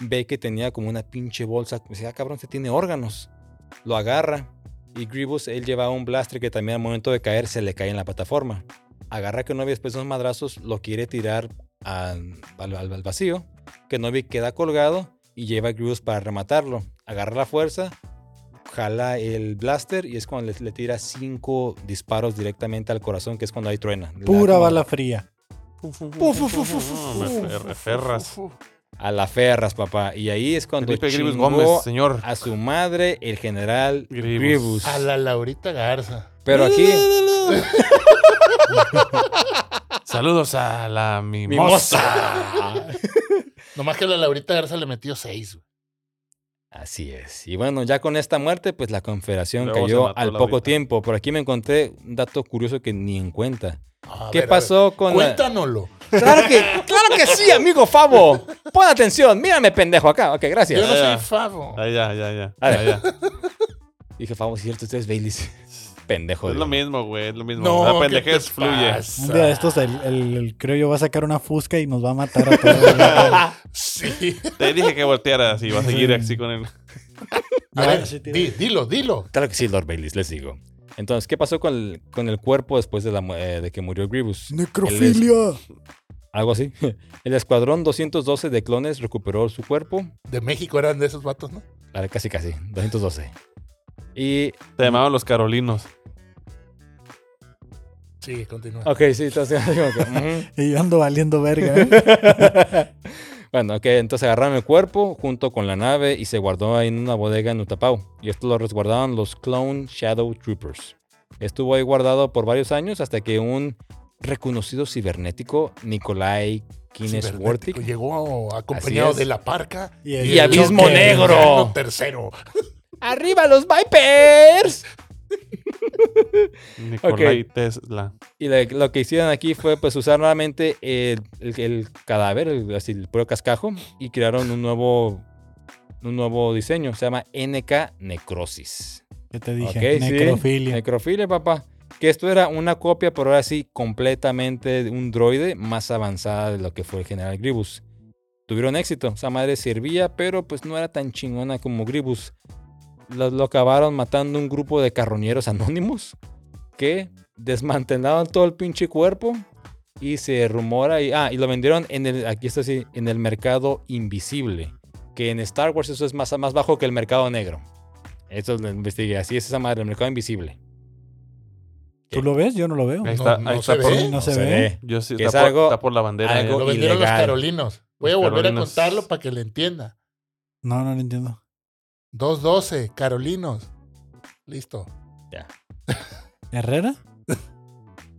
[SPEAKER 1] ve que tenía como una pinche bolsa. Dice, ah, cabrón, se tiene órganos. Lo agarra, y Grievous, él llevaba un blaster que también al momento de caer se le cae en la plataforma. Agarra a Kenobi después de unos madrazos, lo quiere tirar al, al, al- al vacío. Kenobi queda colgado y lleva a Grievous para rematarlo. Agarra la fuerza, jala el blaster y es cuando le, le tira cinco disparos directamente al corazón, que es cuando ahí truena. Le da
[SPEAKER 5] Pura
[SPEAKER 1] como-
[SPEAKER 5] bala fría.
[SPEAKER 3] Me fer- ferras.
[SPEAKER 1] A la ferras, papá. Y ahí es cuando
[SPEAKER 3] Felipe Gribus
[SPEAKER 1] chingó
[SPEAKER 3] Gómez, señor.
[SPEAKER 1] a su madre, el general
[SPEAKER 3] Grievous.
[SPEAKER 1] Grievous.
[SPEAKER 2] A la Laurita Garza.
[SPEAKER 1] Pero aquí...
[SPEAKER 3] Saludos a la mimosa.
[SPEAKER 1] ¡Mimosa!
[SPEAKER 2] Nomás que la Laurita Garza le metió seis. güey.
[SPEAKER 1] Así es. Y bueno, ya con esta muerte, pues la Confederación
[SPEAKER 3] Luego se
[SPEAKER 1] cayó
[SPEAKER 3] mató
[SPEAKER 1] al
[SPEAKER 3] la
[SPEAKER 1] poco
[SPEAKER 3] ahorita.
[SPEAKER 1] tiempo. Por aquí me encontré un dato curioso que ni en cuenta.
[SPEAKER 2] A
[SPEAKER 1] ¿Qué
[SPEAKER 2] ver, a
[SPEAKER 1] pasó
[SPEAKER 2] ver.
[SPEAKER 1] con la-
[SPEAKER 2] Cuéntanoslo.
[SPEAKER 1] *laughs* ¡Claro que, claro que sí, amigo Fabo! Pon atención, mírame pendejo acá. Ok,
[SPEAKER 2] Yo
[SPEAKER 1] gracias.
[SPEAKER 2] no soy
[SPEAKER 3] Ya.
[SPEAKER 2] favo.
[SPEAKER 3] Ah, ya, ya, ya.
[SPEAKER 1] A
[SPEAKER 3] ya,
[SPEAKER 1] ver.
[SPEAKER 3] ya.
[SPEAKER 1] Dije, Fabo, es cierto, usted es Baileys.
[SPEAKER 2] *laughs*
[SPEAKER 1] Pendejo.
[SPEAKER 3] Es lo
[SPEAKER 1] digo.
[SPEAKER 3] mismo, güey. Es lo mismo.
[SPEAKER 2] No,
[SPEAKER 3] la
[SPEAKER 2] ¿qué
[SPEAKER 3] pendejez
[SPEAKER 2] te
[SPEAKER 3] fluye.
[SPEAKER 2] pasa?
[SPEAKER 5] Un día de estos, el, el, el criollo va a sacar una fusca y nos va a matar a todos. güey.
[SPEAKER 2] *laughs*
[SPEAKER 1] *laughs*
[SPEAKER 2] Sí.
[SPEAKER 3] Te dije que voltearas y va a seguir así con él.
[SPEAKER 2] A
[SPEAKER 5] Ya,
[SPEAKER 2] ver,
[SPEAKER 5] sí tiene-
[SPEAKER 2] di- dilo, dilo.
[SPEAKER 1] Claro que sí, Lord Baileys, les digo. Entonces, ¿qué pasó con el, con el cuerpo después de, la, mu- eh, de que murió Grievous?
[SPEAKER 5] ¡Necrofilia!
[SPEAKER 1] Algo así. *laughs* El escuadrón 212 de clones recuperó su cuerpo.
[SPEAKER 2] De México eran de esos vatos, ¿no?
[SPEAKER 1] Ah, Casi, casi. 212. Y
[SPEAKER 3] Te llamaban los carolinos.
[SPEAKER 2] Sí, continúa.
[SPEAKER 1] Ok, sí, entonces *laughs* como que, ujú.
[SPEAKER 5] Y yo ando valiendo verga.
[SPEAKER 1] *laughs*
[SPEAKER 5] ¿eh?
[SPEAKER 1] bueno, ok, entonces agarraron el cuerpo junto con la nave y se guardó ahí en una bodega en Utapau. Y esto lo resguardaron los Clone Shadow Troopers. Estuvo ahí guardado por varios años hasta que un reconocido cibernético, Nikolai Kinesworthy,
[SPEAKER 2] Cibernético. Llegó acompañado
[SPEAKER 1] es.
[SPEAKER 2] de la parca
[SPEAKER 5] Y
[SPEAKER 1] el abismo
[SPEAKER 2] Joker,
[SPEAKER 1] negro.
[SPEAKER 2] Fernando tercero.
[SPEAKER 1] ¡Arriba los Vipers!
[SPEAKER 3] Nicolai Tesla.
[SPEAKER 1] Y la- lo que hicieron aquí fue pues usar nuevamente el, el- el cadáver, el, así el puro cascajo, y crearon un nuevo, un nuevo diseño. Se llama NK Necrosis.
[SPEAKER 5] ¿Qué te dije?
[SPEAKER 1] Ok, sí.
[SPEAKER 5] Necrofilia.
[SPEAKER 1] Necrofilia, papá. Que esto era una copia, pero ahora sí, completamente de un droide más avanzada de lo que fue el general Gribus. Tuvieron éxito. Esa madre servía, pero pues no era tan chingona como Gribus. Lo, lo acabaron matando un grupo de carroñeros anónimos que desmantelaron todo el pinche cuerpo y se rumora y, ah, y lo vendieron en el aquí está así en el mercado invisible que en Star Wars eso es más, más bajo que el mercado negro eso lo investigué así es esa madre el mercado invisible
[SPEAKER 5] ¿Tú lo ves? Yo no lo veo.
[SPEAKER 3] Ahí está,
[SPEAKER 2] No,
[SPEAKER 3] ahí
[SPEAKER 2] no
[SPEAKER 3] está
[SPEAKER 2] se
[SPEAKER 3] por,
[SPEAKER 2] ve.
[SPEAKER 5] No se ve.
[SPEAKER 3] Yo sí,
[SPEAKER 1] Que
[SPEAKER 3] está,
[SPEAKER 1] es
[SPEAKER 3] por,
[SPEAKER 1] algo-
[SPEAKER 3] está por la bandera.
[SPEAKER 1] algo
[SPEAKER 3] eh.
[SPEAKER 2] Lo vendieron
[SPEAKER 1] ilegal.
[SPEAKER 2] los carolinos. Voy a
[SPEAKER 3] Los
[SPEAKER 2] volver
[SPEAKER 3] carolinos.
[SPEAKER 2] a contarlo para que le entienda.
[SPEAKER 5] No, no lo entiendo.
[SPEAKER 2] 212, carolinos. Listo.
[SPEAKER 5] ¿Herrera?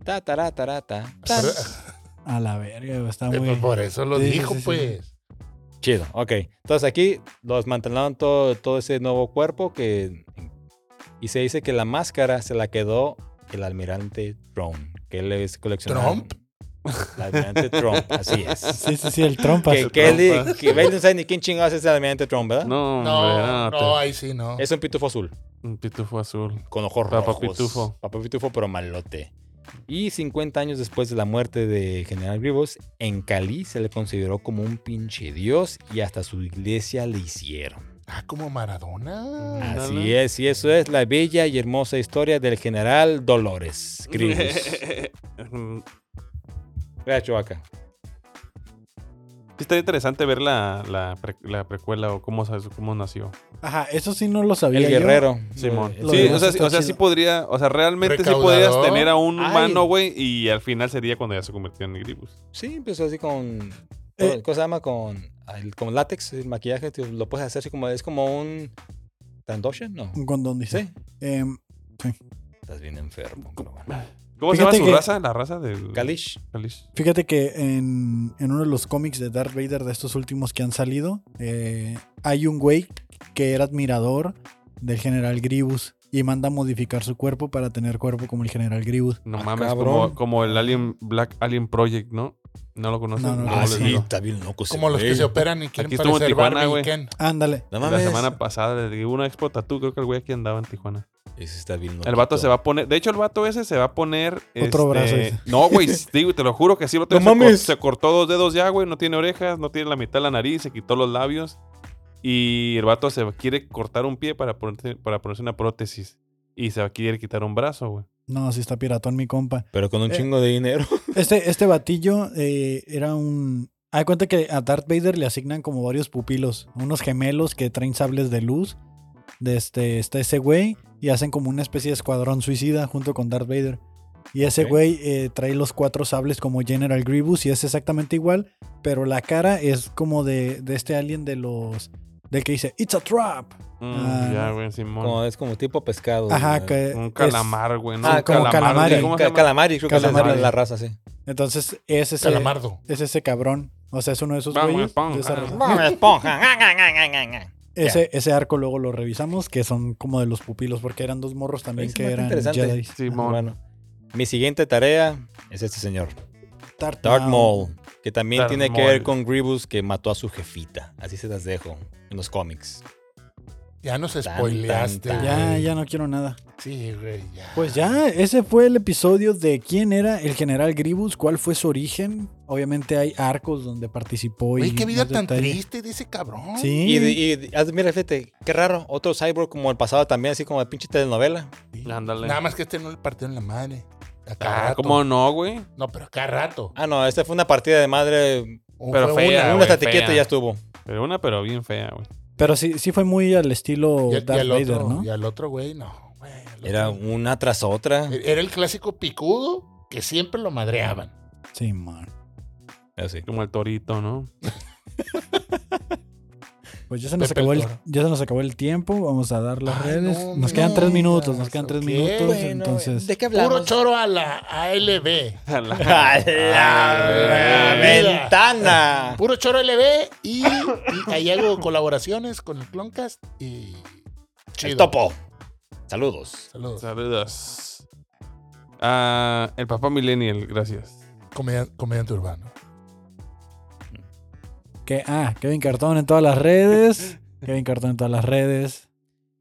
[SPEAKER 1] ta tará, tará, ta.
[SPEAKER 2] Pero-
[SPEAKER 5] A la verga, está
[SPEAKER 2] eh,
[SPEAKER 5] muy.
[SPEAKER 2] pues por eso lo
[SPEAKER 5] Sí, sí,
[SPEAKER 2] dijo,
[SPEAKER 5] sí, sí.
[SPEAKER 2] pues.
[SPEAKER 1] chido ok entonces aquí lo desmantelaron todo, todo ese nuevo cuerpo que y se dice que la máscara se la quedó el almirante Trump que él es coleccionador
[SPEAKER 2] ¿Trump?
[SPEAKER 1] el almirante Trump así
[SPEAKER 5] *laughs*
[SPEAKER 1] es
[SPEAKER 5] Sí, sí, sí, el
[SPEAKER 1] *laughs*
[SPEAKER 5] trompas.
[SPEAKER 1] que Kelly,
[SPEAKER 3] Trump, ah.
[SPEAKER 1] que Bailey no sabe ni quién chingados es el almirante Trump, ¿verdad?
[SPEAKER 3] No, hombre,
[SPEAKER 2] No,
[SPEAKER 3] no,
[SPEAKER 2] no,
[SPEAKER 3] te-
[SPEAKER 2] ahí sí, no.
[SPEAKER 1] Es un pitufo azul,
[SPEAKER 3] Un pitufo azul.
[SPEAKER 1] con ojos
[SPEAKER 3] Papá
[SPEAKER 1] rojos.
[SPEAKER 3] pitufo.
[SPEAKER 1] Papá pitufo, pero malote. Y 50 años después de la muerte de General Grievous, en Cali se le consideró como un pinche dios y hasta su iglesia le hicieron.
[SPEAKER 2] Ah, como Maradona.
[SPEAKER 3] Ah,
[SPEAKER 1] Así
[SPEAKER 3] Ándale.
[SPEAKER 1] es, y eso es la bella y hermosa historia del General Dolores
[SPEAKER 3] *laughs*
[SPEAKER 1] Grievous. Gracias, Chewbacca.
[SPEAKER 3] Sí, estaría interesante ver la, la, pre- la precuela o cómo, sabes, cómo nació.
[SPEAKER 5] Ajá, eso sí no lo sabía.
[SPEAKER 1] El
[SPEAKER 5] yo.
[SPEAKER 1] guerrero.
[SPEAKER 3] Simón.
[SPEAKER 1] Eh,
[SPEAKER 5] Lo
[SPEAKER 3] Sí,
[SPEAKER 5] demás
[SPEAKER 3] o sea, sí-
[SPEAKER 5] está
[SPEAKER 3] o sea, sí
[SPEAKER 5] chido.
[SPEAKER 3] podría, o sea, realmente sí podrías
[SPEAKER 2] Recaudador.
[SPEAKER 3] tener a un
[SPEAKER 1] Ay.
[SPEAKER 3] humano, güey, y al final sería cuando ya se convirtió en Gribus.
[SPEAKER 1] Sí, pues así con.
[SPEAKER 5] Eh.
[SPEAKER 1] ¿Cómo se llama? Con, el- con látex, el maquillaje, tío, lo puedes hacer así como. Es como un. ¿Tandoshan? No.
[SPEAKER 3] Mm.
[SPEAKER 5] Un condón, dice.
[SPEAKER 1] Sí.
[SPEAKER 5] Em,
[SPEAKER 1] Estás bien enfermo, pero bueno.
[SPEAKER 3] ¿Cómo
[SPEAKER 5] Fíjate
[SPEAKER 3] se llama su
[SPEAKER 5] que-
[SPEAKER 3] raza? La raza del...
[SPEAKER 1] Kalish.
[SPEAKER 3] Kalish.
[SPEAKER 5] Fíjate que en, en uno de los cómics de Darth Vader de estos últimos que han salido, eh, hay un güey que era admirador del general Grievous y manda a modificar su cuerpo para tener cuerpo como el general Grievous.
[SPEAKER 3] No
[SPEAKER 1] Ah,
[SPEAKER 3] mames,
[SPEAKER 1] cabrón.
[SPEAKER 3] como, como el Alien Black Alien Project, ¿no? No lo conoces.
[SPEAKER 5] No, no,
[SPEAKER 3] Luego
[SPEAKER 5] no. Ah,
[SPEAKER 3] les
[SPEAKER 5] sí.
[SPEAKER 3] digo.
[SPEAKER 1] bien loco.
[SPEAKER 2] Como los que se operan y quieren
[SPEAKER 3] Aquí estuvo en
[SPEAKER 2] parecer
[SPEAKER 3] Tijuana,
[SPEAKER 2] Barbie
[SPEAKER 3] güey.
[SPEAKER 2] y Ken.
[SPEAKER 5] Ándale.
[SPEAKER 1] No
[SPEAKER 3] La
[SPEAKER 1] mames.
[SPEAKER 3] semana pasada le di una expo tatú, creo que el güey aquí andaba en Tijuana.
[SPEAKER 1] Ese está bien
[SPEAKER 3] El vato se va a poner, de hecho el vato ese se va a poner
[SPEAKER 5] Otro brazo,
[SPEAKER 3] este,
[SPEAKER 5] dice.
[SPEAKER 3] No, güey, sí, digo, te lo juro que sí, el otro
[SPEAKER 1] No
[SPEAKER 3] día se cor-
[SPEAKER 1] mames.
[SPEAKER 3] se cortó dos dedos ya, güey, no tiene orejas, no tiene la mitad de la nariz, se quitó los labios y el vato se quiere cortar un pie para ponerse, para ponerse una prótesis y se va a querer quitar un brazo, güey.
[SPEAKER 5] No, sí está piratón mi compa.
[SPEAKER 1] Pero con un
[SPEAKER 5] Eh.
[SPEAKER 1] chingo de dinero.
[SPEAKER 5] Este, este batillo eh, era un... Hay cuenta que a Darth Vader le asignan como varios pupilos, unos gemelos que traen sables de luz. De este, está ese güey y hacen como una especie de escuadrón suicida junto con Darth Vader. Y ese
[SPEAKER 1] Ok.
[SPEAKER 5] güey eh, trae los cuatro sables como General Grievous y es exactamente igual, pero la cara es como de, de este alien de los... Del que dice, It's a trap.
[SPEAKER 3] Mm,
[SPEAKER 5] Ah,
[SPEAKER 3] ya,
[SPEAKER 5] no.
[SPEAKER 3] güey, Simón.
[SPEAKER 1] No, es como tipo pescado.
[SPEAKER 5] Ajá,
[SPEAKER 1] güey.
[SPEAKER 5] que...
[SPEAKER 3] un
[SPEAKER 5] es-
[SPEAKER 3] calamar, güey. no,
[SPEAKER 1] Ah,
[SPEAKER 3] un
[SPEAKER 5] como
[SPEAKER 3] calamar,
[SPEAKER 5] calamari.
[SPEAKER 3] sí, ¿cómo se
[SPEAKER 1] Ca-
[SPEAKER 3] llama?
[SPEAKER 1] calamari, creo que es
[SPEAKER 5] Calamari.
[SPEAKER 1] la, la raza, sí.
[SPEAKER 5] entonces es ese,
[SPEAKER 2] Calamardo.
[SPEAKER 5] es ese cabrón. O sea, es uno de esos
[SPEAKER 3] Vamos,
[SPEAKER 5] güeyes.
[SPEAKER 3] pon,
[SPEAKER 5] de
[SPEAKER 3] ah.
[SPEAKER 5] esa raza.
[SPEAKER 3] *laughs*
[SPEAKER 1] esponja.
[SPEAKER 5] Ese, ese arco luego lo revisamos, que son como de los pupilos, porque eran dos morros también
[SPEAKER 1] Ese
[SPEAKER 5] que
[SPEAKER 1] está
[SPEAKER 5] eran
[SPEAKER 1] interesante.
[SPEAKER 5] Jedi.
[SPEAKER 3] Simón.
[SPEAKER 1] Bueno, mi siguiente tarea es este señor,
[SPEAKER 5] Darth
[SPEAKER 1] Darth
[SPEAKER 5] Maul.
[SPEAKER 1] Maul, que también
[SPEAKER 3] Darth
[SPEAKER 1] tiene que ver
[SPEAKER 3] Maul.
[SPEAKER 1] con Grievous que mató a su jefita. Así se las dejo en los cómics.
[SPEAKER 2] Ya nos
[SPEAKER 1] tan,
[SPEAKER 2] spoileaste.
[SPEAKER 1] tan.
[SPEAKER 5] Ya,
[SPEAKER 2] güey.
[SPEAKER 5] ya no quiero nada.
[SPEAKER 2] Sí, güey, ya.
[SPEAKER 5] Pues ya, ese fue el episodio de quién era el general Grievous, cuál fue su origen. Obviamente hay arcos donde participó y.
[SPEAKER 2] Güey, qué vida
[SPEAKER 5] más
[SPEAKER 2] tan
[SPEAKER 5] detalle.
[SPEAKER 2] triste de ese cabrón.
[SPEAKER 5] Sí.
[SPEAKER 1] Y, de- y de- haz- mira, fíjate, qué raro, otro cyborg como el pasado también, así como de pinche telenovela.
[SPEAKER 2] Sí.
[SPEAKER 3] Ándale.
[SPEAKER 2] Nada más que este no le partieron la madre. A cada
[SPEAKER 3] Ah,
[SPEAKER 2] rato.
[SPEAKER 3] ¿Cómo no, güey?
[SPEAKER 2] No, pero a cada rato.
[SPEAKER 1] Ah, no, esta fue una partida de madre.
[SPEAKER 2] O
[SPEAKER 3] Pero
[SPEAKER 2] fue una,
[SPEAKER 3] fea,
[SPEAKER 1] una
[SPEAKER 3] güey,
[SPEAKER 2] güey.
[SPEAKER 1] tatiqueta
[SPEAKER 3] fea.
[SPEAKER 1] y ya estuvo.
[SPEAKER 3] Pero una, pero bien fea, güey.
[SPEAKER 5] Pero sí, sí fue muy al estilo
[SPEAKER 2] Y, y
[SPEAKER 5] Darth
[SPEAKER 2] al
[SPEAKER 5] Vader,
[SPEAKER 2] otro,
[SPEAKER 5] ¿no?
[SPEAKER 2] y al otro güey, no. güey, al
[SPEAKER 1] Era
[SPEAKER 2] otro.
[SPEAKER 1] una tras otra.
[SPEAKER 2] Era el clásico picudo que siempre lo madreaban.
[SPEAKER 5] Sí, man.
[SPEAKER 1] Así.
[SPEAKER 3] *laughs* Como el torito, ¿no?
[SPEAKER 5] Pues ya se, nos
[SPEAKER 2] Pepe
[SPEAKER 5] acabó
[SPEAKER 2] el
[SPEAKER 5] el,
[SPEAKER 2] Toro.
[SPEAKER 5] ya se nos acabó el tiempo. Vamos a dar las
[SPEAKER 2] Ay,
[SPEAKER 5] redes.
[SPEAKER 2] no
[SPEAKER 5] nos
[SPEAKER 2] me
[SPEAKER 5] quedan tres
[SPEAKER 2] digas,
[SPEAKER 5] minutos. Nos quedan tres
[SPEAKER 2] ok.
[SPEAKER 5] minutos.
[SPEAKER 2] Bueno,
[SPEAKER 5] entonces,
[SPEAKER 6] ¿de qué
[SPEAKER 2] Puro
[SPEAKER 6] hablamos?
[SPEAKER 2] choro a la ALB.
[SPEAKER 3] A la-
[SPEAKER 1] ¡A la
[SPEAKER 2] Mira.
[SPEAKER 1] ventana!
[SPEAKER 2] Puro choro LB y, y hay algo colaboraciones con el Cloncast y
[SPEAKER 1] El
[SPEAKER 2] chido.
[SPEAKER 1] topo. Saludos.
[SPEAKER 2] Saludos.
[SPEAKER 3] Saludos. Ah, el papá millennial, gracias.
[SPEAKER 2] Comedia- comediante urbano.
[SPEAKER 5] que, ah, Kevin Cartón en todas las redes. Kevin Cartón en todas las redes.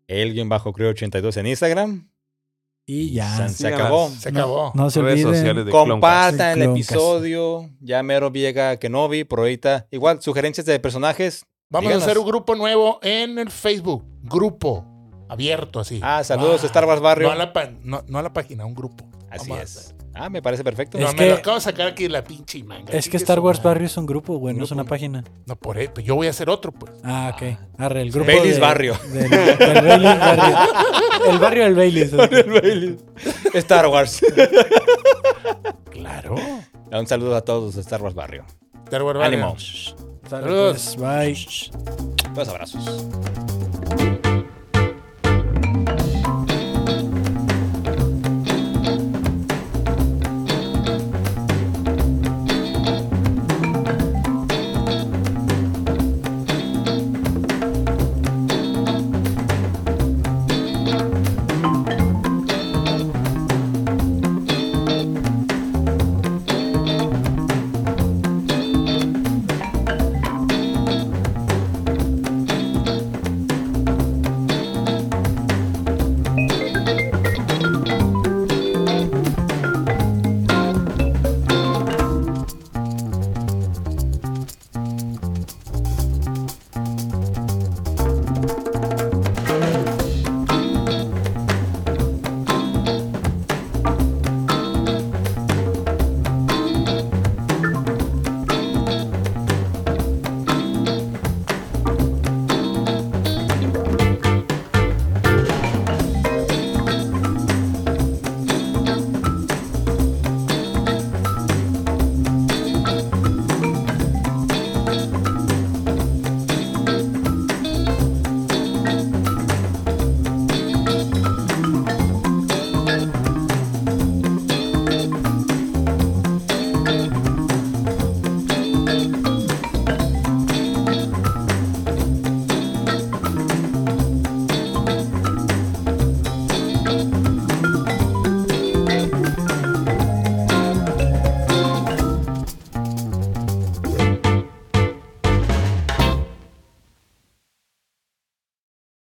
[SPEAKER 1] El guión bajo creo 82 en Instagram.
[SPEAKER 5] Y ya.
[SPEAKER 1] San- se
[SPEAKER 3] Síganos.
[SPEAKER 1] acabó.
[SPEAKER 2] Se acabó.
[SPEAKER 5] No se
[SPEAKER 3] Redes
[SPEAKER 5] olviden.
[SPEAKER 3] sociales de Cloncast.
[SPEAKER 1] Compartan el
[SPEAKER 5] Cloncast.
[SPEAKER 1] episodio. Ya mero llega Kenobi, por ahorita. Igual, sugerencias de personajes.
[SPEAKER 2] Vamos
[SPEAKER 1] Díganos.
[SPEAKER 2] a hacer un grupo nuevo en el Facebook. Grupo abierto así.
[SPEAKER 1] Ah, saludos, Star Wars Barrio.
[SPEAKER 2] No a, la pa- no- no a la página, un grupo.
[SPEAKER 1] Así
[SPEAKER 2] Vamos a
[SPEAKER 1] es.
[SPEAKER 2] hacer.
[SPEAKER 1] Ah, me parece perfecto.
[SPEAKER 2] No,
[SPEAKER 5] Es
[SPEAKER 2] me
[SPEAKER 5] que-
[SPEAKER 2] lo acabo de sacar aquí la pinche manga.
[SPEAKER 5] Es que
[SPEAKER 2] Chingue
[SPEAKER 5] Star
[SPEAKER 2] su
[SPEAKER 5] Wars
[SPEAKER 2] madre.
[SPEAKER 5] Barrio es un grupo, güey, no es una página.
[SPEAKER 2] No, por esto. Yo voy a hacer otro, pues.
[SPEAKER 5] Ah, ok. Arre, el grupo.
[SPEAKER 1] Baileys
[SPEAKER 5] de-
[SPEAKER 1] Barrio.
[SPEAKER 5] del- del Baileys Barrio. El barrio del Baileys.
[SPEAKER 1] *laughs* Star Wars.
[SPEAKER 2] Claro.
[SPEAKER 1] Un saludo a todos de Star Wars Barrio.
[SPEAKER 2] Star Wars Barrio.
[SPEAKER 1] Ánimo.
[SPEAKER 5] Sale, pues, Bye.
[SPEAKER 1] Dos abrazos.